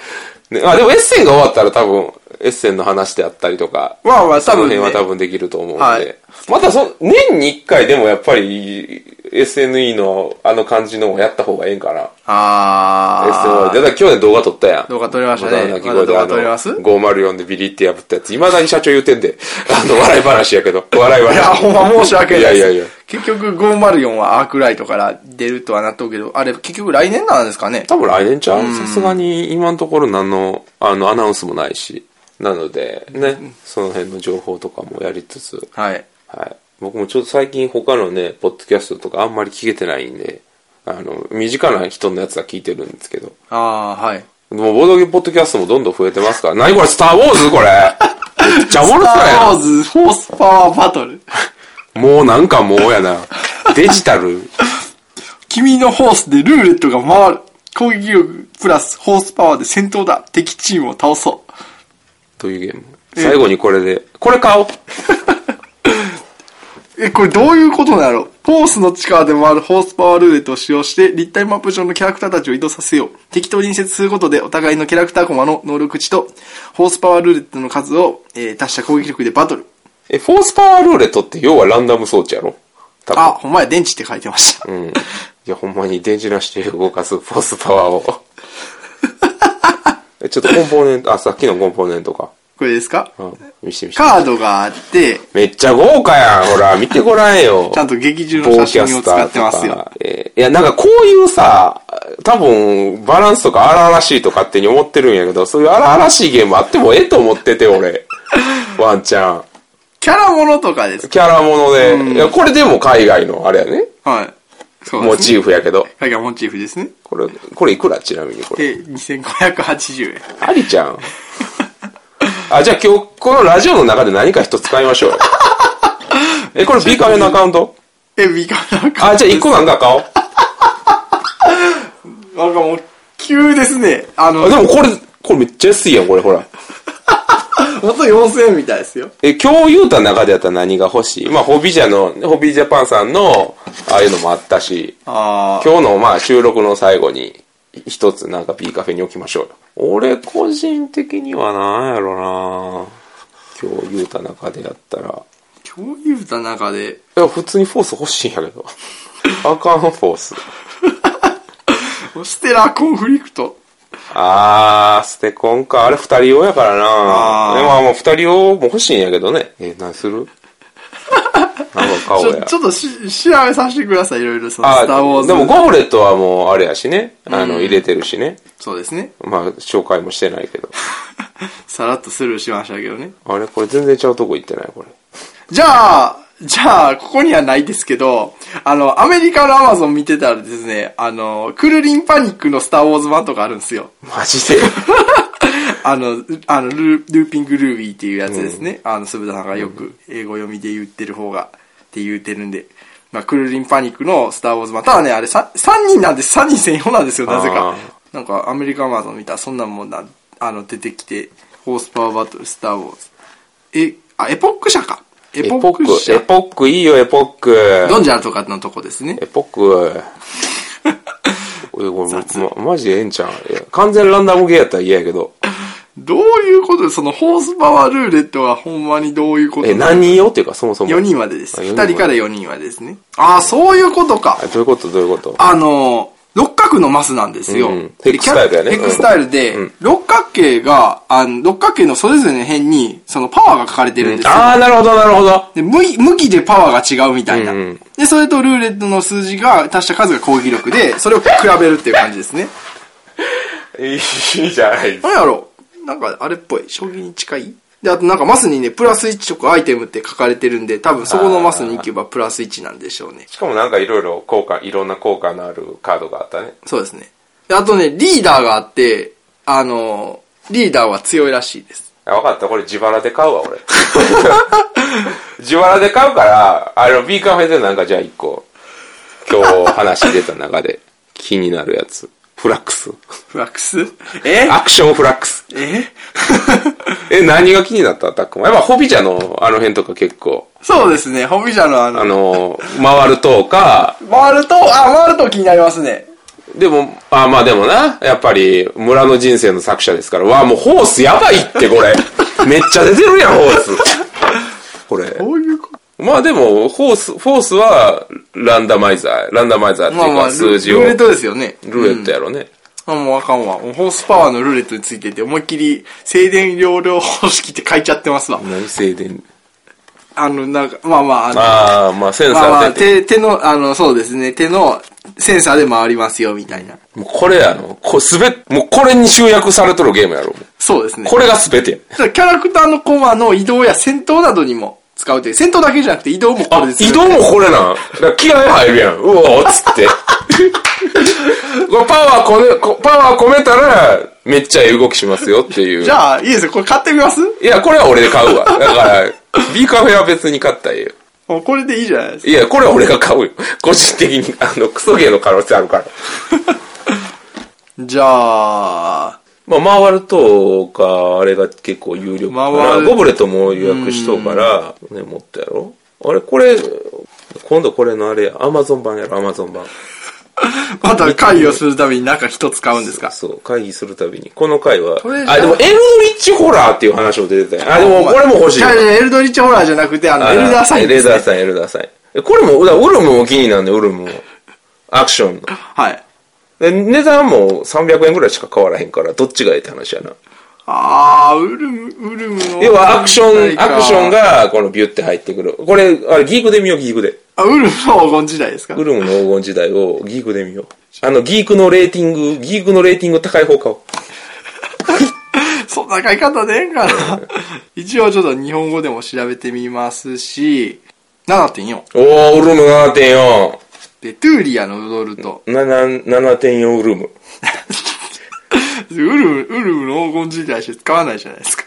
A: ね、あ、でもエッセンが終わったら多分、エッセンの話であったりとか、
B: まあまあ、
A: そ
B: 多
A: の
B: 分、ね、
A: 辺は多分できると思うんで。
B: はい
A: またそ、年に一回でもやっぱり、SNE のあの感じのをやった方がええんかな。
B: あ
A: SNE だから去年動画撮ったやん。
B: 動画撮りましたね
A: 無駄な鳴き声で
B: まだ
A: あ
B: 動画撮ります
A: の、504でビリって破ったやつ、未だに社長言うてんで、あの、笑い話やけど、笑い
B: ー。
A: 話。
B: いや、ほんま申し訳ないです。
A: いやいやいや。
B: 結局504はアークライトから出るとはなっとうけど、あれ結局来年なんですかね
A: 多分来年ちゃうさすがに今のところ何の、あの、アナウンスもないし。なので、ね、その辺の情報とかもやりつつ、
B: はい。
A: はい。僕もちょっと最近他のね、ポッドキャストとかあんまり聞けてないんで、あの、身近な人のやつは聞いてるんですけど。
B: ああ、はい。
A: でも、ボードゲームポッドキャストもどんどん増えてますから。何これ、スターウォーズこれ。めっちゃおもろそう
B: スターウォ
A: や
B: ーズ、フォースパワーバトル。
A: な。もうなんかもうやな。デジタル。
B: 君のホースでルーレットが回る。攻撃力プラスホースパワーで戦闘だ。敵チームを倒そう。
A: というゲーム。最後にこれで。これ買おう。
B: え、これどういうことなのホースの力で回るホースパワールーレットを使用して、立体マップ上のキャラクターたちを移動させよう。適当に隣接することで、お互いのキャラクターコマの能力値と、ホースパワールーレットの数を、えー足した攻撃力でバトル。
A: え、フォースパワールーレットって要はランダム装置やろ多分
B: あ、ほんまや、電池って書いてました。
A: うん。いや、ほんまに電磁なして動かすフォースパワーを。 えちょっとコンポーネント、あ、さっきのコンポーネントか。
B: これですか
A: うん。見して見して。
B: カードがあって、
A: めっちゃ豪華やん、ほ ら、見てごらんよ。
B: ちゃんと劇中の
A: 棒
B: 写
A: キャ
B: 真を
A: スタ
B: 使
A: ー
B: ってます
A: と
B: よ。
A: かえーいや、なんかこういうさ、多分、バランスとか荒々しいとかってに思ってるんやけど、そういう荒々しいゲームあってもええと思ってて、 俺。ワンチャン。
B: キャラものとかです。
A: キャラもので。いや、これでも海外の、あれやね。
B: はい。そう
A: モ
B: ですね。
A: チーフやけど。
B: これがモチーフですね。
A: これ、これいくらちなみにこれ。
B: で、2580円。
A: ありちゃん。あ、じゃあ今日、このラジオの中で何か一つ買いましょうよ。え、これ B カフェのアカウント
B: え、ビカなんか。
A: あ、じゃあ一個なんか買おう。
B: なんかもう、急ですね。あの
A: あ、、でもこれ、これめっちゃ安いやん、これほら。
B: 元4000円みたいですよ。
A: え、今日言うた中でやったら何が欲しいまあ、ホビジャの、ホビジャパンさんの、ああいうのもあったし、
B: あ
A: 今日のまあ収録の最後に、一つなんか B カフェに置きましょうよ。俺個人的にはなんやろな今日言うた中でやったら。
B: ー、共有歌の中で、
A: いや、普通にフォース欲しいんやけど。 アカンフォース。
B: ステラコンフリクト。
A: あー、ステコンか。あれ二人用やから
B: あ
A: な
B: ー
A: でもまあもう二人用も欲しいんやけどね。え、何す るなんか
B: ち
A: 顔
B: ょ
A: や
B: ち。ょっとし調べさせてください、いろいろ。その、
A: あ
B: スター・ウォーズ。
A: でもゴブレットはもうあれやしね。あの、入れてるしね。
B: そうですね。
A: まあ、紹介もしてないけど。
B: さらっとスルーしましたけどね。
A: あれこれ全然ちゃうとこ行ってない、これ。
B: じゃあ、じゃあ、ここにはないですけど、あの、アメリカのアマゾン見てたらですね、あの、クルリンパニックのスターウォーズ版とかあるんですよ。
A: マジで。
B: あの、あのルー、ルーピングルービーっていうやつですね。あの、鈴田さんがよく英語読みで言ってる方が、って言ってるんで。まあ、クルリンパニックのスターウォーズ版。ただね、あれ3、三人なんです。3人専用なんですよ、なぜ
A: あ
B: か
A: ー。
B: なんか、アメリカアマゾン見たらそんなもんな、あの、出てきて、ホースパワーバトル、スターウォーズ。え、あ、エポック社か。エ
A: エ
B: ポ
A: ポ
B: ック
A: ック、エ
B: 社。
A: ポックいいよ、エポック。
B: ドンジャラとかのとこですね。
A: エポッ ク。え、これ、ま、マジでええんちゃうんいや完全ランダムゲーやったら嫌やけど。
B: どういうことそのホースパワールーレットはほんまにどういうこと
A: え、何人よっていうか、そ もそも。
B: 4人までです。
A: あ四
B: 2
A: 人まで
B: 人から4人までですね。ああ、そういうことか
A: あ。どういうことどういうこと
B: あの、六角のマスなんですよ。
A: うんヘックスタイルやね
B: でキャヘックスタイルで、六角形が、あの六角形のそれぞれの辺に、そのパワーが書かれてるんですよ。
A: あー、なるほど、なるほど。
B: で向い向きでパワーが違うみたいな、
A: うんうん
B: で、それとルーレットの数字が足した数が攻撃力で、それを比べるっていう感じですね。
A: いいじゃないです
B: なんやろなんかあれっぽい。将棋に近いで、あとなんかマスにね、プラス1とかアイテムって書かれてるんで、多分そこのマスに行けばプラス1なんでしょうね。
A: しかもなんかいろいろ効果、いろんな効果のあるカードがあったね。
B: そうですね。であとね、リーダーがあって、あの、リーダーは強いらしいです。
A: あ、わかった。これ自腹で買う わ、俺。自腹で買うから、あの、B カフェでなんかじゃあ一個、今日話出た中で気になるやつ。フラックス。
B: フラックス え
A: アクションフラックス。
B: え
A: え、何が気になったタックも。やっぱホビジャのあの辺とか結構、
B: そうですね、ホビジャのあ
A: あ
B: の、
A: の、回るとか、
B: 回ると、あ、回ると気になりますね。
A: でも、あ、まあでもな、やっぱり村の人生の作者ですから、わあ、もうホースやばいってこ れ。めっちゃ出てるやん、ホース。これ。
B: こういうこと
A: まあでも、ホース、フォースはランダマイザー、ランダマイザーって
B: まあ
A: いう
B: まあ、
A: か
B: ル
A: 数字を、
B: ルーレ
A: ル
B: ットですよね。
A: ーレットやろね。
B: あ、もうあかんわ。もうホースパワーのルーレットについてて、思いっきり、静電容量方式って書いちゃってますわ。
A: 何静電。
B: あの、なんか、まあまあ、あの、
A: ああ、まあセンサ
B: まあまあ、
A: ー出て。
B: 手、手の、あの、そうですね、手のセンサーで回りますよ、みたいな。
A: もうこれやろ。こすべ、もうこれに集約されとるゲームやろ。もう
B: そうですね。
A: これが全てや。
B: キャラクターのコマの移動や戦闘などにも使うという。戦闘だけじゃなくて移動もこれ
A: あ
B: で、す。
A: 移動もこれなん。だから気合入るやん。うおーっつって。 これパワーこね、こパワー込めたら、めっちゃええ動きしますよっていう。
B: じゃあ、いいですよ。これ買ってみます
A: いや、これは俺で買うわ。だから、B カフェは別に買ったらええよ。
B: もうこれでいいじゃないですか。
A: いや、これは俺が買うよ。個人的に、あの、クソゲーの可能性あるから。
B: じゃあ、
A: まあ、回るとか、あれが結構有力か
B: 回
A: ら、
B: る
A: ゴブレットも予約しとうから、ね、持ったやろあれ、これ、今度これのあれや、アマゾン版やろ、アマゾン版。
B: また会議をするために中一つ買うんですか
A: そう、会議するたびに。この回は
B: トレ。ジャー
A: あ、でも、エルドリッチホラーっていう話も出てたよ。あ、でも、これも欲しい
B: じ
A: よ
B: ゃ。エルドリッチホラーじゃなくて、あの、
A: あ
B: エルダーサインです、ね。
A: エルダーサイン、エルダーサインえこれも、だからウルムも気になるね、ウルムも。アクションの。
B: はい。
A: で値段も300円ぐらいしか変わらへんから、どっちがいいって話やな。
B: あー、ウルム、ウルムの。
A: 要はアクション、アクション
B: が。
A: が、このビュって入ってくる。これ、あれ、ギークで見よう、ギークで。
B: あ、ウルムの黄金時代ですか
A: ウルムの黄金時代をギークで見よう。あの、ギークのレーティング、ギークのレーティング高い方買おう。
B: そんな買い方でええん かな一応ちょっと日本語でも調べてみますし、7.4。
A: おー、ウルム7.4。
B: で、トゥーリアの踊ると、
A: 7 7.4ウルム。
B: ウルム、ウルムの黄金時代しか使わないじゃないですか。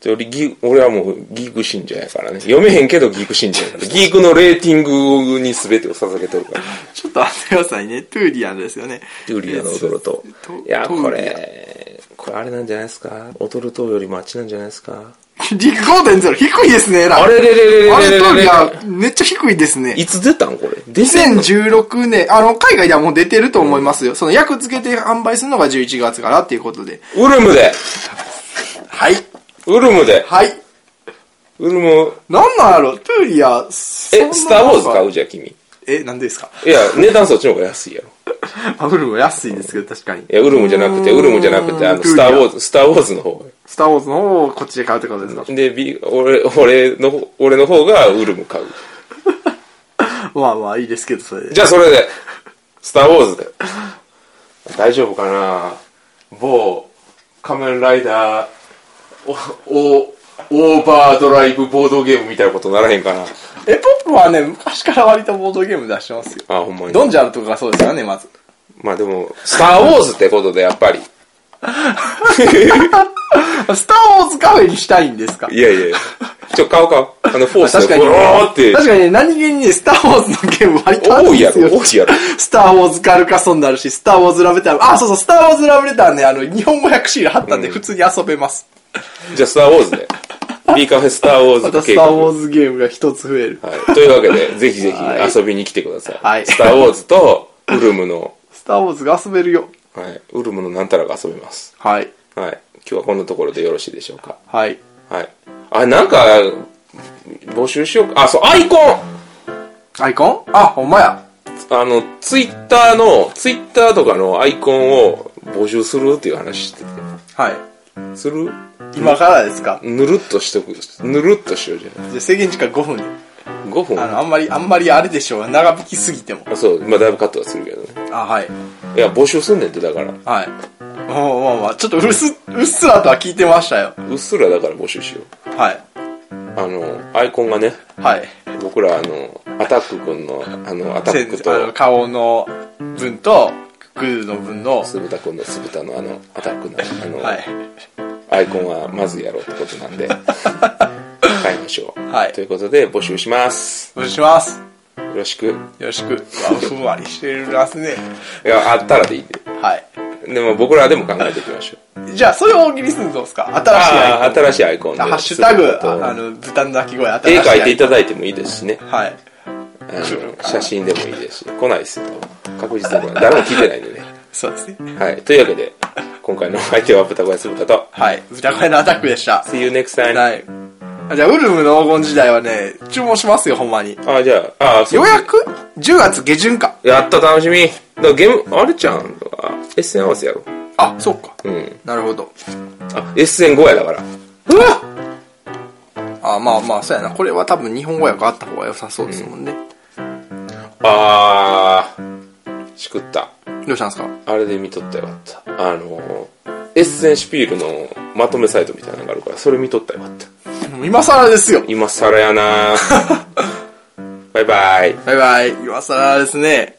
A: で俺ギ俺はもうギーク信者やからね。読めへんけどギーク信者や から。ギークのレーティングに全てを捧げとるから。
B: ちょっと待ってくださいね。トゥーリアですよね。
A: ユーリアの踊ると
B: えと。
A: いや、
B: トーリア
A: これ、これあれなんじゃないですか踊るとよりマッチなんじゃないですか
B: リク5.0低いですね、えらい
A: あれれれれれ
B: あ
A: れ
B: れ、
A: れ
B: トゥー
A: れ
B: リア、めっちゃ低いですね。
A: いつ出たんこれ。出てんの
B: 2016年、あの、海外ではもう出てると思いますよ。その、役付けて販売するのが11月からっていうことで。
A: ウルムで
B: はい。
A: ウルムで
B: はい。
A: ウルム、
B: なんなんやろトゥーリア、え、
A: え、スターウォーズ買
B: う
A: うじゃん、君。い
B: え、なんでですか
A: や、値段そっちの方が安いやろ。
B: あ、ウルム安いですけど、確かに。
A: いや、ウルムじゃなくて、ウルムじゃなくて、あの、
B: ト
A: ス
B: ゥーリ
A: タ
B: ア
A: ーウォーズ、スターウォーズの方
B: スターウォーズの方をこっちで買うってことですか、
A: で、ビ俺、俺の方、俺の方がウルム買う。
B: まあまあ、いいですけど、それで。
A: じゃあそれで、スター・ウォーズで。大丈夫かな某、仮面ライダー、お、お、オーバードライブボードゲームみたいなことならへんかな
B: え、ポップはね、昔から割とボードゲーム出してますよ。
A: あ、ほんまに。
B: ドンジャルとかがそうですからね、まず。
A: まあでも、スター・ウォーズってことで、やっぱり。
B: スターウォーズカフェにしたいんですか
A: いやいやいや。ちょ、買おう買おう。あの、フォース
B: 確か
A: で、
B: に
A: ボローって
B: 確。かにね、何気にね、スターウォーズのゲーム割とある
A: 多
B: ん
A: い
B: で
A: や
B: す
A: ろ
B: よ、。
A: 多いやろ。
B: スターウォーズカルカソンダるし、スターウォーズラブレター、あ、そうそう、スターウォーズラブレターね、あの、日本語100シール貼ったんで普通に遊べます。
A: じゃあ、スター・ウォーズで。B カフェスター・ウォ
B: ま
A: ーズ
B: たス
A: 計
B: ター
A: 画。
B: ウォーズゲームが一つ増える。
A: はい。というわけで、ぜひぜ
B: はい
A: ひ遊びに来てください。
B: はい
A: スター・ウォーズと、ウルムの、
B: スターウォーズが遊べるよ。
A: はい。ウルムのなんたらが遊べます。
B: はい。
A: はい。今日はこんなところでよろしいでしょうか。
B: はい。
A: はい。あ、なんか、募集しようか。あ、そう、アイコン
B: アイコンあ、ほんまや。
A: あの、ツイッターの、ツイッターとかのアイコンを募集するっていう話してて。
B: はい。
A: する
B: 今からですか
A: ぬるっとしとく。ぬるっとしようじゃない。
B: じゃあ制限時間5分で。
A: 5分
B: あ
A: あ
B: の、あんまり、あんまりあれでしょう。長引きすぎても。
A: そう、まあだいぶカットはするけどね。
B: あ、はい。
A: いや、募集すんねんって、だから。
B: はい。おうまあまあ、ちょっとうっす、うっすらとは聞いてましたよ。
A: うっすらだから募集しよう。
B: はい。
A: あの、アイコンがね、
B: はい。
A: 僕らあの、アタック君の、あの、アタック
B: せんあの
A: と、
B: 顔の分と、グーの分の、
A: 酢豚君の酢豚のあの、アタックの、あの、
B: はい。
A: アイコンはまずやろうってことなんで買いましょう、
B: はい
A: ということで募集します
B: お願いします。
A: よろしく
B: よろしく。あふんわりしてるますね。
A: いやあったらでいいんで
B: はい。
A: でも僕らでも考えていきましょう
B: じゃあ、それを大喜利するのどうですか新しいアイコン
A: ああ。新しいアイコンで
B: ハッシュタグ、あ
A: あ
B: の、豚の鳴き声、新しい
A: 絵
B: アイコン。
A: 描いていただいてもいいですしね
B: はい。
A: あの写真でもいいですし来ないですよ確実に来ない誰も聞いてないんでね
B: そうですね。
A: はいというわけで今回の相手は豚小屋酢豚と
B: はい。豚小屋のアタックでした。
A: See you next time
B: はい。あじゃあ、ウルムの黄金時代はね、注文しますよ、ほんまに。
A: あじゃああそう
B: 予約 ?10 月下旬か。
A: やった楽しみだからゲームあれちゃんあエッセン合わせやろ
B: あ、そっか。
A: うん
B: なるほど。
A: あエッセン5やだから
B: うわあ、まあまあ、そうやな。これは多分日本語訳あった方が良さそうですもんね。
A: あー、しくった。
B: どうしたんですか
A: あれで見とったよかった。あのー、エッセンシュピールのまとめサイトみたいなのがあるから、それ見とったらよかった。
B: もう今更ですよ。
A: 今更やなーバイバイ。
B: バイバイ。今更ですね。